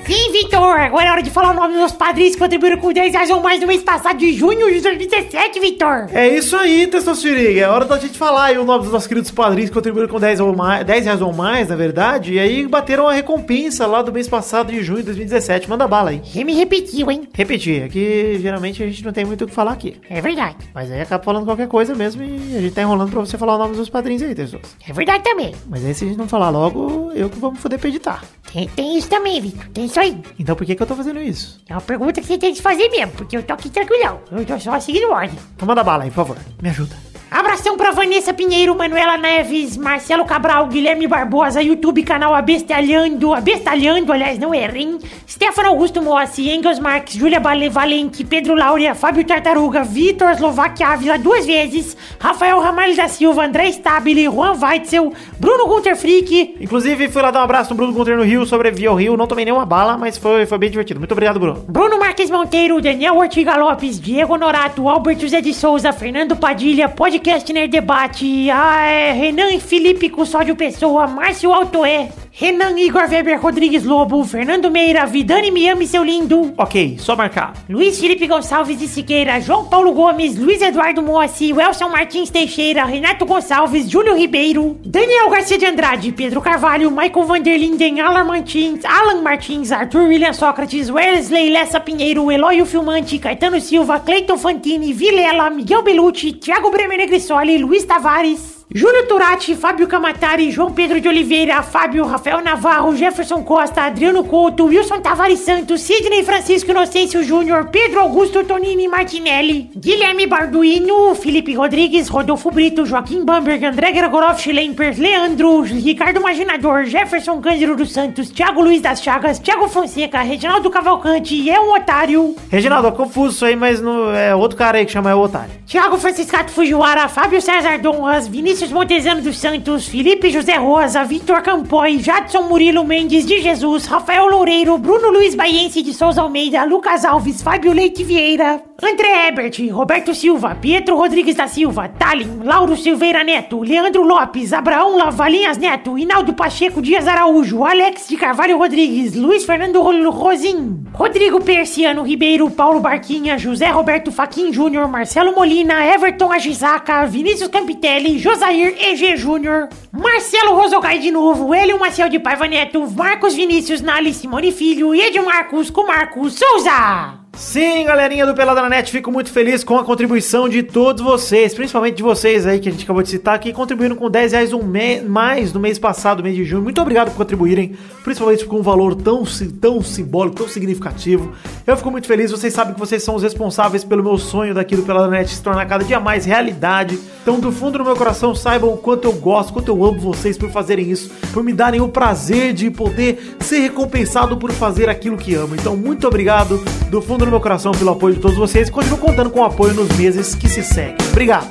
S6: Sim, Vitor, agora é hora de falar o nome dos meus padrinhos que contribuíram com 10 reais ou mais no mês passado de junho de 2017, Vitor.
S2: É isso aí, Testostirinha. É hora da gente falar aí o nome dos nossos queridos padrinhos que contribuíram com 10, ou mais, 10 reais ou mais, na verdade. E aí bateram a recompensa lá do mês passado de junho de 2017. Manda bala aí.
S6: Já me repetiu, hein?
S2: Repetir, é que geralmente a gente não tem muito o que falar aqui.
S6: É verdade.
S2: Mas aí acaba falando qualquer coisa mesmo e a gente tá enrolando pra você falar o nome dos padrinhos aí, Testos.
S6: É verdade também.
S2: Mas aí se a gente não falar logo, eu que vou me foder pra editar.
S6: Tem, tem isso também, Vitor. Tem isso aí.
S2: Então por que que eu tô fazendo isso?
S6: É uma pergunta que você tem que fazer mesmo, porque eu tô aqui tranquilão. Eu tô só seguindo ordem.
S2: Então manda bala aí, por favor. Me ajuda.
S6: Abração pra Vanessa Pinheiro, Manuela Neves, Marcelo Cabral, Guilherme Barbosa, YouTube canal Abestalhando, Abestalhando, aliás, não errem. Stefano Augusto Mossi, Engels Marques, Júlia Bale Valente, Pedro Laura, Fábio Tartaruga, Vitor Slovak Ávila duas vezes, Rafael Ramalho da Silva, André Stabile, Juan Weitzel, Bruno Gunter Frick.
S2: Inclusive, fui lá dar um abraço no Bruno Gunter no Rio, sobrevivi ao Rio, não tomei nenhuma bala, mas foi, foi bem divertido. Muito obrigado, Bruno.
S6: Bruno Marques Monteiro, Daniel Ortiga Lopes, Diego Norato, Albert José de Souza, Fernando Padilha, Podcast Nerd Debate, ah, é, Renan Felipe Custódio Pessoa, Márcio Altoé, Renan Igor Weber Rodrigues Lobo, Fernando Meira, Vidani Miami Seu Lindo,
S2: Ok, só marcar.
S6: Luiz Felipe Gonçalves de Siqueira, João Paulo Gomes, Luiz Eduardo Moacir, Welson Martins Teixeira, Renato Gonçalves, Júlio Ribeiro, Daniel Garcia de Andrade, Pedro Carvalho, Michael Vanderlinden, Alan Martins, Alan Martins, Arthur William Sócrates, Wesley Lessa Pinheiro, Eloy Filmante, Caetano Silva, Cleiton Fantini, Vilela, Miguel Belucci, Thiago Bremer Negrissoli, Luiz Tavares. Júlio Turati, Fábio Camatari, João Pedro de Oliveira, Fábio, Rafael Navarro, Jefferson Costa, Adriano Couto, Wilson Tavares Santos, Sidney Francisco Inocêncio Júnior, Pedro Augusto Tonini Martinelli, Guilherme Barduino, Felipe Rodrigues, Rodolfo Brito, Joaquim Bamberg, André Gregorov Schlemper, Leandro, Ricardo Maginador, Jefferson Cândido dos Santos, Thiago Luiz das Chagas, Thiago Fonseca, Reginaldo Cavalcante, e é um otário.
S2: Reginaldo, é confuso isso aí, mas não, é outro cara aí que chama é o otário.
S6: Thiago Franciscato Fujiwara, Fábio César Donras, Vinícius Montezano dos Santos, Felipe José Rosa, Vitor Campoy, Jadson Murilo Mendes de Jesus, Rafael Loureiro, Bruno Luiz Baiense de Souza Almeida, Lucas Alves, Fábio Leite Vieira, André Ebert, Roberto Silva, Pietro Rodrigues da Silva, Talin, Lauro Silveira Neto, Leandro Lopes, Abraão Lavalinhas Neto, Hinaldo Pacheco Dias Araújo, Alex de Carvalho Rodrigues, Luiz Fernando Ro- Rosim, Rodrigo Persiano Ribeiro, Paulo Barquinha, José Roberto Faquin Júnior, Marcelo Molina, Everton Agisaka, Vinícius Campitelli, Josair EG Júnior, Marcelo Rosogai de novo, Hélio Marcel de Paiva Neto, Marcos Vinícius Nali, Simone Filho e Edmarcos Comarcos Souza.
S2: Sim, galerinha do Pelada na Net, fico muito feliz com a contribuição de todos vocês, principalmente de vocês aí que a gente acabou de citar, que contribuíram com 10 reais um me- mais no mês passado, mês de junho. Muito obrigado por contribuírem, principalmente com um valor tão, si- tão simbólico, tão significativo. Eu fico muito feliz, vocês sabem que vocês são os responsáveis pelo meu sonho daqui do Pelada na Net se tornar cada dia mais realidade. Então, do fundo do meu coração, saibam o quanto eu gosto, quanto eu amo vocês por fazerem isso, por me darem o prazer de poder ser recompensado por fazer aquilo que amo. Então, muito obrigado do fundo do meu coração pelo apoio de todos vocês e continuo contando com o apoio nos meses que se seguem. Obrigado!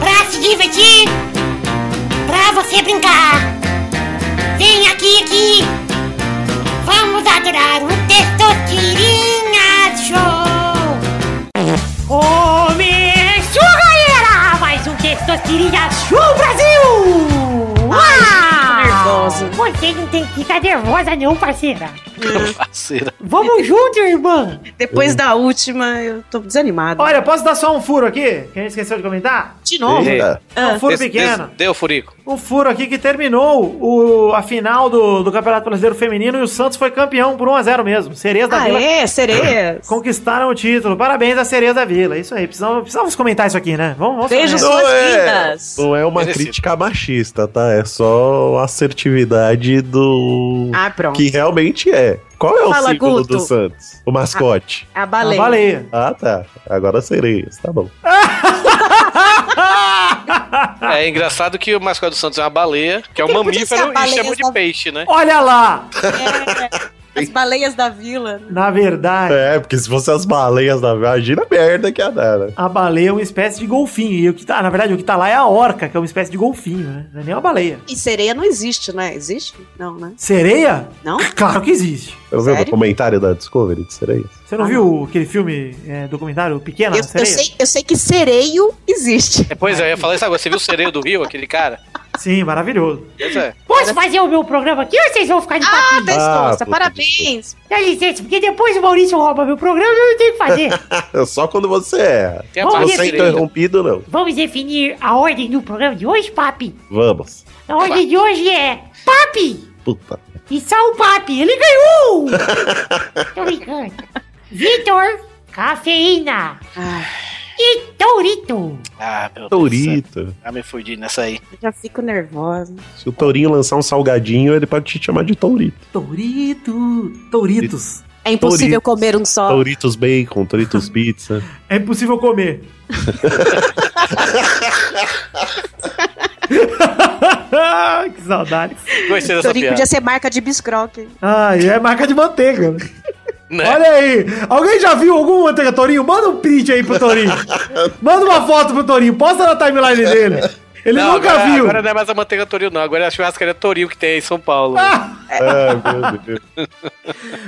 S6: Pra se divertir, pra você brincar. Vem aqui, aqui. Vamos adorar o Testosterinha Show. Começou, galera! Mais um Testosterinha Show Brasil! Uau!
S7: nervosa.
S6: Você não tem que ficar nervosa não, parceira.
S4: Parceira.
S2: Vamos junto, irmã!
S3: Hum.
S5: Depois da última, eu tô desanimada.
S2: Olha, posso dar só um furo aqui? Que a gente esqueceu de comentar?
S5: De novo?
S4: Eita.
S5: Ah,
S2: É um furo
S4: Esse-
S2: pequeno.
S4: esse- Deu, Furico.
S2: Um furo aqui que terminou o, a final do, do Campeonato Brasileiro Feminino e o Santos foi campeão por 1x0 mesmo. Sereias da
S5: Ah,
S2: Vila.
S5: é? Sereias?
S2: Conquistaram o título. Parabéns à Sereias da Vila. Isso aí. Precisamos, precisamos comentar isso aqui, né? Vamos, vamos
S5: Beijos,
S2: comentar.
S5: suas
S3: é,
S5: lindas.
S3: não é uma
S4: Merecido.
S3: crítica machista, tá? É só a assertividade do.
S5: Ah, pronto.
S3: que realmente é. Qual é o
S5: Fala,
S3: símbolo
S5: Guto.
S3: do Santos? O mascote.
S5: A
S2: Ah,
S5: baleia.
S2: Baleia.
S3: Ah, tá. Agora sereias, tá bom.
S4: É engraçado que o mascote do Santos é uma baleia, que é um
S5: Ele podia ser
S4: mamífero
S5: a
S4: e
S5: baleia
S4: chama de
S5: da-
S4: peixe, né?
S2: Olha lá!
S5: É, as baleias da vila.
S2: Na verdade,
S3: É, porque se fosse as baleias da imagina a merda que ia dar, né?
S2: a baleia é uma espécie de golfinho. E o que tá, na verdade, o que tá lá é a orca, que é uma espécie de golfinho, né? Não é nem uma baleia.
S5: E sereia não existe, né? Existe? Não, né?
S2: Sereia?
S5: Não?
S2: Claro que existe.
S3: Eu vi o
S5: Sério?
S3: documentário da Discovery de sereias.
S2: Você não
S5: Ah,
S2: viu aquele filme é, documentário
S3: Ah,
S2: Pequena
S5: Eu, eu
S2: Sereia?
S5: sei, eu sei que sereio existe.
S4: É, Pois é, eu ia falar isso agora. Você viu o sereio do Rio, aquele cara?
S2: Sim, maravilhoso.
S4: Pois é.
S6: Posso fazer o meu programa aqui ou vocês vão ficar de
S5: Ah,
S6: papinho?
S5: Testosta,
S3: puta,
S5: parabéns.
S6: Dá licença, porque depois o Maurício rouba meu programa e eu não tenho o que fazer.
S3: É só quando você erra.
S4: Tem a
S6: Vamos
S4: parte
S6: ver
S3: Você
S4: da
S3: é
S6: se-
S4: sereia.
S3: interrompido, não.
S6: Vamos definir a ordem do programa de hoje, papi?
S3: Vamos.
S6: A ordem de hoje é papi
S3: Puta.
S6: e só o papi. Ele ganhou! Tô brincando. Vitor, cafeína
S5: Ah,
S6: e Tourito.
S4: Ah, meu Deus. do céu.
S3: Tourito.
S4: Ah, me fudi nessa aí.
S5: eu já fico
S7: É
S5: nervosa.
S3: Se o Tourinho lançar um salgadinho, ele pode te chamar de Tourito.
S2: Tourito. Touritos.
S7: É
S3: Torito.
S7: impossível comer um só.
S3: Touritos Bacon, Touritos Pizza.
S2: É impossível comer. que saudade.
S4: Gostei dessa
S5: Torinho
S4: piada.
S5: podia ser marca de biscroque.
S2: Ai, é marca de manteiga.
S4: Né?
S2: Olha aí. Alguém já viu algum manteiga Torinho? Manda um print aí pro Torinho. Manda uma foto pro Torinho. Posta na timeline dele. Ele
S4: Não,
S2: nunca
S4: agora,
S2: viu.
S4: Agora não é mais a manteiga Toril, não. Agora é a churrascaria Toril que tem aí em São Paulo.
S2: Ah!
S3: Ai, meu Deus.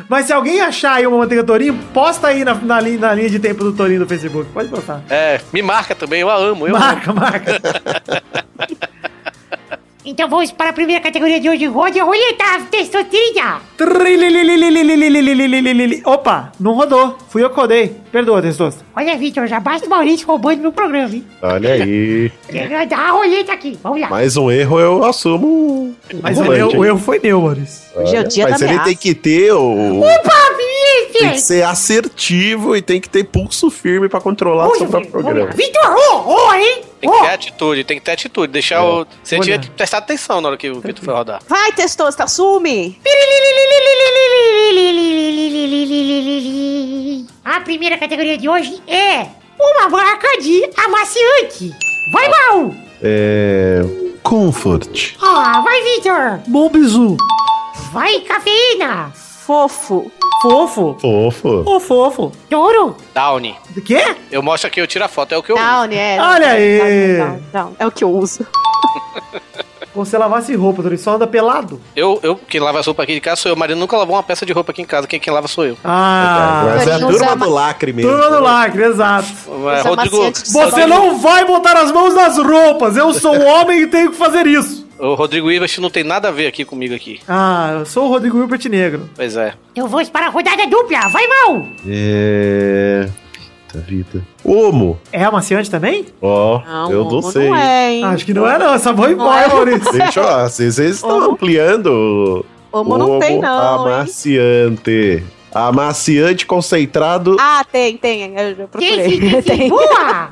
S2: Mas se alguém achar aí uma manteiga Torinho, posta aí na, na li- na linha de tempo do Torinho do Facebook. Pode postar.
S4: É, me marca também, eu a amo. Eu amo.
S2: Marca, marca.
S6: Então vamos para a primeira categoria de hoje. Rode a roleta, testosterinha.
S2: Trililililililililililililililililililililililililililililililililililililililililililil. Opa, não rodou. Fui eu que rodei. Perdoa, Testoso.
S6: Olha, Vitor, já basta o Maurício roubando meu programa, hein?
S3: Olha aí.
S6: Quer dar a roleta aqui, vamos lá.
S3: Mais um erro, eu assumo.
S2: Mas o
S3: volante
S2: erro,
S3: aí.
S2: o erro foi meu, Maurício.
S7: Hoje é o dia da
S3: Mas ele
S7: ameaça.
S3: tem que ter o. Tem que
S6: Vitor!
S3: ser assertivo e tem que ter pulso firme pra controlar o seu próprio programa.
S6: Vitor, ô, ô, hein?
S4: Tem que ter
S6: Ô,
S4: atitude, tem que ter atitude. Deixar o. Você
S2: Olha.
S4: devia prestar atenção na hora que o Vitor foi rodar.
S5: Vai,
S7: tá,
S5: Testosta, assume.
S6: A primeira categoria de hoje é uma marca de amaciante. Vai, Mal!
S3: É. Comfort.
S6: Ó, vai, Vitor!
S2: Bom bizu.
S6: Vai, cafeína!
S5: Fofo.
S2: Fofo.
S3: Fofo.
S2: Ô, fofo.
S6: Touro!
S4: Downy.
S2: Do quê?
S4: Eu mostro aqui, eu tiro a foto, é o que eu uso.
S7: Down, é.
S2: Olha aí.
S7: Down, down, down. É o que eu uso.
S2: Você lavasse roupa, Torinho, só anda pelado.
S4: Eu, eu, quem lava as roupas aqui de casa sou eu. O marido nunca lavou uma peça de roupa aqui em casa. Quem, quem lava sou eu.
S2: Ah,
S3: Mas é a
S7: Torinho usa
S3: turma
S7: ma-
S3: do lacre mesmo.
S2: turma do lacre, exato.
S4: Mas,
S7: Usa
S4: É, Rodrigo,
S7: maciante de
S2: Você
S7: sabão.
S2: não vai botar as mãos nas roupas. Eu sou um homem e tenho que fazer isso.
S4: o Rodrigo Ibas não tem nada a ver aqui comigo aqui.
S2: Ah, eu sou o Rodrigo Hilbert Negro.
S4: Pois é.
S6: Eu vou para a rodada dupla! Vai, Mal!
S3: É. Puta vida. Homo.
S2: É amaciante também?
S3: Ó,
S7: Não,
S3: eu
S7: não
S3: não sei.
S7: é, hein?
S2: Acho que não é não, é sabão e pó, hein, Maurício.
S3: Deixa eu. Vocês vocês estão
S7: Homo.
S3: ampliando.
S7: Homo não tem,
S3: Homo
S7: não. hein?
S3: Amaciante. Amaciante concentrado.
S7: Ah, tem, tem. Eu eu
S6: Tem sim,
S7: procurei.
S6: tem sim! Boa!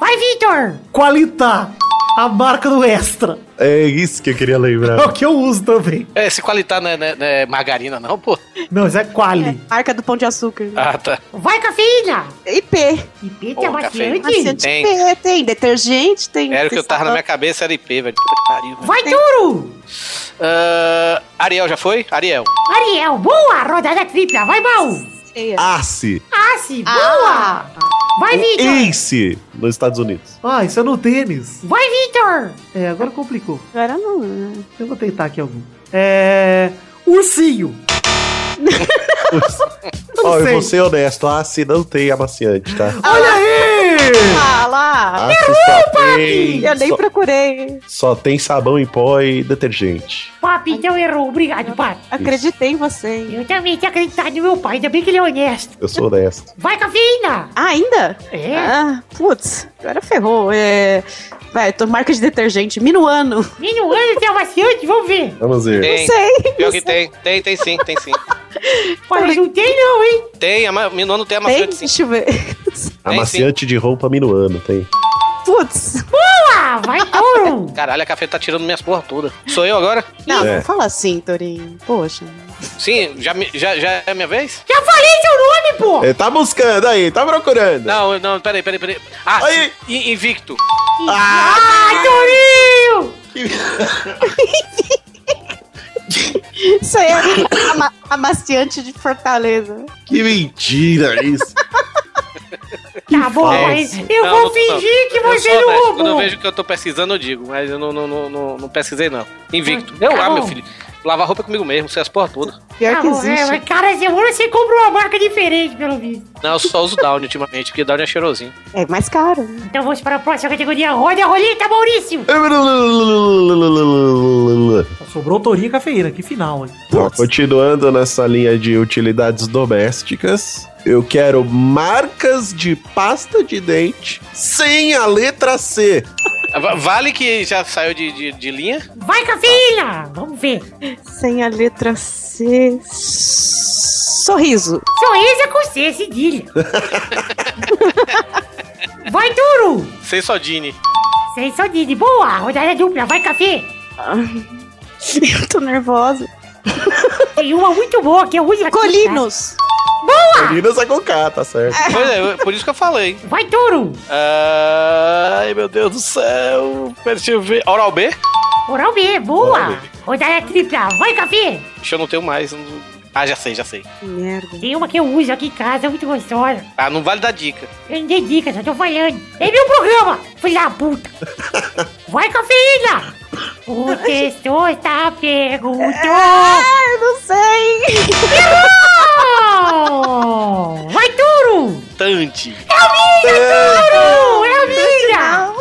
S6: Vai, Vitor!
S2: Qualitá, a marca do Extra.
S3: É isso que eu queria lembrar.
S2: É o que eu uso também.
S4: É, Esse qualitá não é, não é- não é margarina, não, pô.
S2: Não, isso é Quali.
S7: Marca do Pão de Açúcar.
S4: Ah, tá.
S6: Vai, cafeína!
S7: IP.
S6: E Peter
S4: Ô,
S6: amaciante!
S4: cafeína.
S7: Maciante
S4: Tem.
S7: IP. Tem detergente, tem.
S4: Era o que eu tava na minha cabeça, era IP, velho. Puta que pariu, velho.
S6: Vai, Touro!
S4: Ah, Ariel já foi? Ariel.
S6: Ariel, boa! Rodada tripla! Vai, Mal!
S7: cabeça.
S3: Ace.
S6: Assi, boa!
S7: Ah,
S6: Vai, Vitor!
S3: Ace nos Estados Unidos.
S2: Ah, isso é no tênis.
S6: Vai, Vitor!
S2: É, agora complicou.
S7: agora não.
S2: Eu vou tentar aqui algum. É... Ursinho. Eu não
S3: Ó, eu
S2: sei.
S3: vou ser honesto, a Ace não tem amaciante, tá?
S2: Olha aí!
S7: Ah lá!
S3: Ah, você só tem-
S7: Eu nem
S3: só-
S7: procurei.
S3: Só tem sabão em pó e detergente.
S6: Papi, então errou. Obrigado, papi.
S7: Acreditei em você.
S6: Eu também tinha acreditado no meu pai, ainda bem que ele é honesto.
S3: Eu sou honesto.
S6: Vai, cafeína!
S7: Ah, ainda?
S6: É.
S7: Ah, putz, agora ferrou. É... Vai, tô marca de detergente. Minuano.
S6: Menino, anjo, tem amaciante, vamos ver.
S3: Vamos ver.
S4: Tem.
S6: é
S7: sei,
S4: Pior que tem. Tem, tem sim, tem sim.
S6: Mas não tem não, hein?
S4: Tem, a ma- Minuano tem
S7: Tem?
S4: amaciante sim.
S7: Deixa eu ver.
S3: Amaciante de roupa minuano, tem.
S7: Putz.
S6: Boa! Ah, Vai, touro!
S4: Caralho, a café tá tirando minhas porra toda. Sou eu agora?
S7: Não,
S3: É.
S7: não fala assim, Torinho. Poxa.
S4: Sim, já, me- já, já é minha vez?
S6: Já falei seu nome, pô!
S3: É, tá buscando aí, tá procurando.
S4: Não, não, peraí, peraí, peraí. Ah,
S3: Aí.
S4: sim, in- invicto.
S6: Ai, Torinho!
S7: Isso aí é ama amaciante de Fortaleza.
S3: Que mentira isso.
S6: Tá bom,
S3: falso.
S6: mas eu
S4: Não,
S6: vou
S4: não,
S6: fingir que
S4: Eu
S6: você é
S4: sou honesto,
S6: não
S4: Quando eu
S6: roubou.
S4: vejo que eu tô pesquisando, eu digo, mas eu não, não, não, não, não pesquisei, não. Invicto. Eu
S6: tá
S4: lá,
S6: bom.
S4: meu filho. Lavar roupa comigo mesmo, sem as porra todas.
S7: Pior
S6: Tá
S7: que
S6: bom, é,
S7: existe.
S6: mas cada semana você compra uma marca diferente, pelo visto.
S4: Não, eu só uso Downy ultimamente, porque Downy é cheirosinho.
S7: É mais caro.
S6: Então vamos para a próxima categoria. Roda a roleta, Maurício!
S2: Só Sobrou tourinho e cafeína, que final, hein?
S3: Ó, continuando nessa linha de utilidades domésticas, eu quero marcas de pasta de dente sem a letra C.
S4: Va- Vale que já saiu de, de, de linha?
S6: Vai, cafeína! Vamos ver.
S7: Sem a letra C. Sorriso.
S6: Sorriso é com C, cedilha. Vai, Turo!
S4: Sem sodine.
S6: Sem sodide. Boa! Rodada dupla. Vai, café!
S7: Ah, Eu tô nervosa.
S6: Tem uma muito boa que é eu uso aqui.
S7: Colinos.
S3: Meninas é com K, tá certo.
S4: Pois é, eu- por isso que eu falei.
S6: tá? Vai, Turo!
S4: Ai, meu Deus do céu. Pera, Deixa eu ver. Oral B?
S6: Oral B. Boa! Rodada tripla. Vai, café!
S4: Deixa eu não tenho mais. não- Ah, já sei, já sei.
S7: Merda.
S6: Tem uma que eu uso aqui em casa, muito gostosa.
S4: Ah, não vale dar dica.
S6: Eu não dei dica, só tô falando. É meu programa, filha da puta. Vai, cafeína! O texto está perguntou.
S7: Ah, eu não sei.
S6: Oh! Vai, Turo!
S4: Tante.
S6: Turo! É a minha!
S7: Não.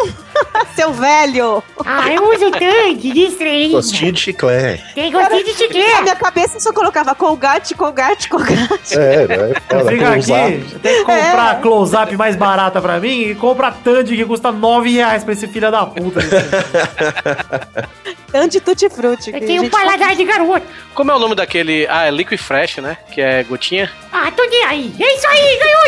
S7: Seu velho.
S6: Ah, eu uso tanque de estrelinha.
S3: Gostinho de chiclete.
S6: Tem gostinho de
S7: Na
S6: chiclete.
S7: minha cabeça eu só colocava colgate, colgate, colgate.
S3: É, né? Ela
S2: Fica
S3: tem
S2: aqui,
S3: uns lábios.
S2: tem que comprar
S3: É.
S2: a close-up mais barata pra mim e compra a Tandy que custa 9 reais pra esse filho da puta.
S7: Tanto de tutti-frutti.
S6: Eu tenho um paladar de garoto.
S4: Como é o nome daquele. Ah, é Liquid Fresh, né? Que é gotinha.
S6: Ah, tô nem aí. É isso aí, ganhou,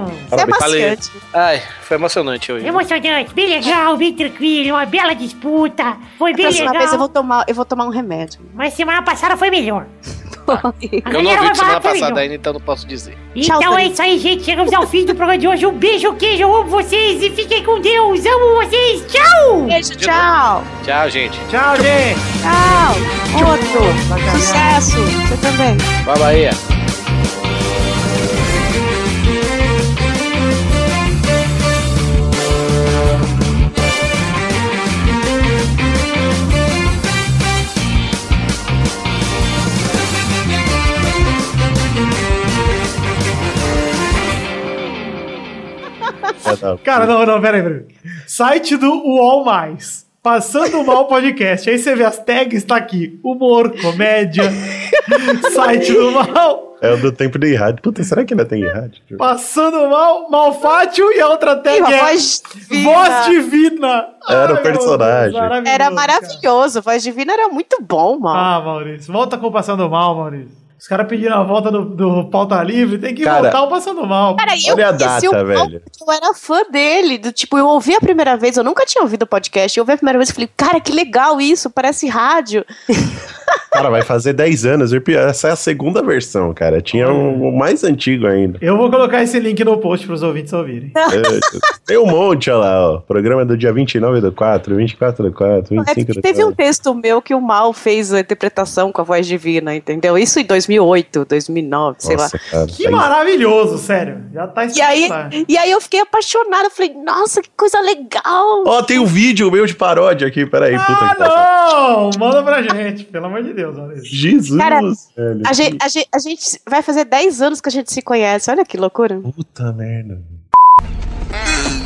S6: Turo!
S7: É
S3: Fala, me fala aí.
S7: bastante.
S4: Ai, foi emocionante hoje.
S6: Emocionante, bem legal, bem tranquilo, uma bela disputa. Foi
S7: A
S6: bem
S7: próxima
S6: legal.
S7: vez eu vou tomar, eu vou tomar um remédio.
S6: Mas semana passada foi melhor. A
S4: Eu não
S6: galera
S4: ouvi
S6: vai
S4: de semana
S6: falar que foi
S4: passada
S6: melhor.
S4: ainda, então não posso dizer.
S6: Então
S7: Tchau,
S6: é
S7: Torinho.
S6: isso aí, gente. Chegamos ao fim do programa de hoje. Um beijo, queijo. Eu amo vocês e fiquem com Deus. Amo vocês. Tchau!
S7: Beijo, tchau.
S4: Tchau, gente.
S2: Tchau, gente!
S7: Tchau. Outro. Sucesso. Você também.
S4: Vai, Bahia.
S3: É, não.
S2: Cara, não, não, peraí, peraí. Site do UOL Mais. Passando mal podcast. Aí você vê as tags, tá aqui. Humor, comédia. site do mal.
S3: É o do tempo de rádio. Puta, será que ainda tem rádio?
S2: Passando mal, malfátio. E a outra tag
S7: Ih, uma
S2: é
S7: voz divina.
S2: voz divina.
S3: Era o
S2: meu
S3: personagem.
S2: maravilhoso,
S7: Era
S2: cara.
S7: maravilhoso. Voz divina era muito bom, mano.
S2: Ah, Maurício, volta com o Passando Mal, Maurício. Os caras pediram a volta do, do Pauta Livre, tem que
S3: Cara,
S2: voltar o Passando Mal.
S7: Cara, eu
S3: Olha a
S7: conheci
S3: data,
S7: o Paulo
S3: velho.
S7: porque Eu era fã dele. Do, tipo, eu ouvi a primeira vez, eu nunca tinha ouvido o podcast. Eu ouvi a primeira vez e falei, cara, que legal isso, parece rádio.
S3: Cara, vai fazer 10 anos. e pior, Essa é a segunda versão, cara. Tinha um, o mais antigo ainda.
S2: Eu vou colocar esse link no post pros ouvintes ouvirem.
S3: É, tem um monte, olha lá, ó. Programa do dia 29 do 4, 24 do 4,
S7: É
S3: 25
S7: porque
S3: do
S7: teve
S3: 4.
S7: um texto meu que o Mal fez a interpretação com a voz divina, entendeu? Isso em 2008, 2009, sei lá.
S3: Nossa, cara.
S2: Que
S3: tá
S2: maravilhoso, sério. Já tá
S7: E aí,
S2: espetacular.
S7: e aí eu fiquei apaixonada, eu falei, nossa, que coisa legal!
S3: Ó, tem um vídeo meu de paródia aqui, peraí. puta
S2: Ah,
S3: que pariu.
S2: não! Manda pra gente, pelo amor de Deus, Maurício.
S3: Jesus,
S7: Cara,
S3: velho.
S7: A gente, a, gente, a gente vai fazer 10 anos que a gente se conhece, olha que loucura.
S3: Puta merda. velho.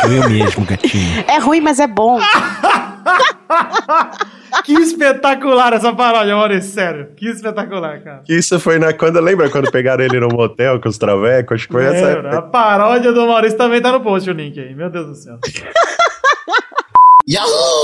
S12: Sou eu mesmo, gatinho.
S5: É ruim, mas é bom.
S2: Que espetacular essa paródia, Maurício, sério. Que espetacular, cara.
S3: Isso foi na. Quando, lembra quando pegaram ele no motel com os travecos? Acho que foi essa
S2: Lembra? A
S3: época.
S2: paródia do Maurício também tá no post, o link aí. Meu Deus do céu.
S3: Yahoo!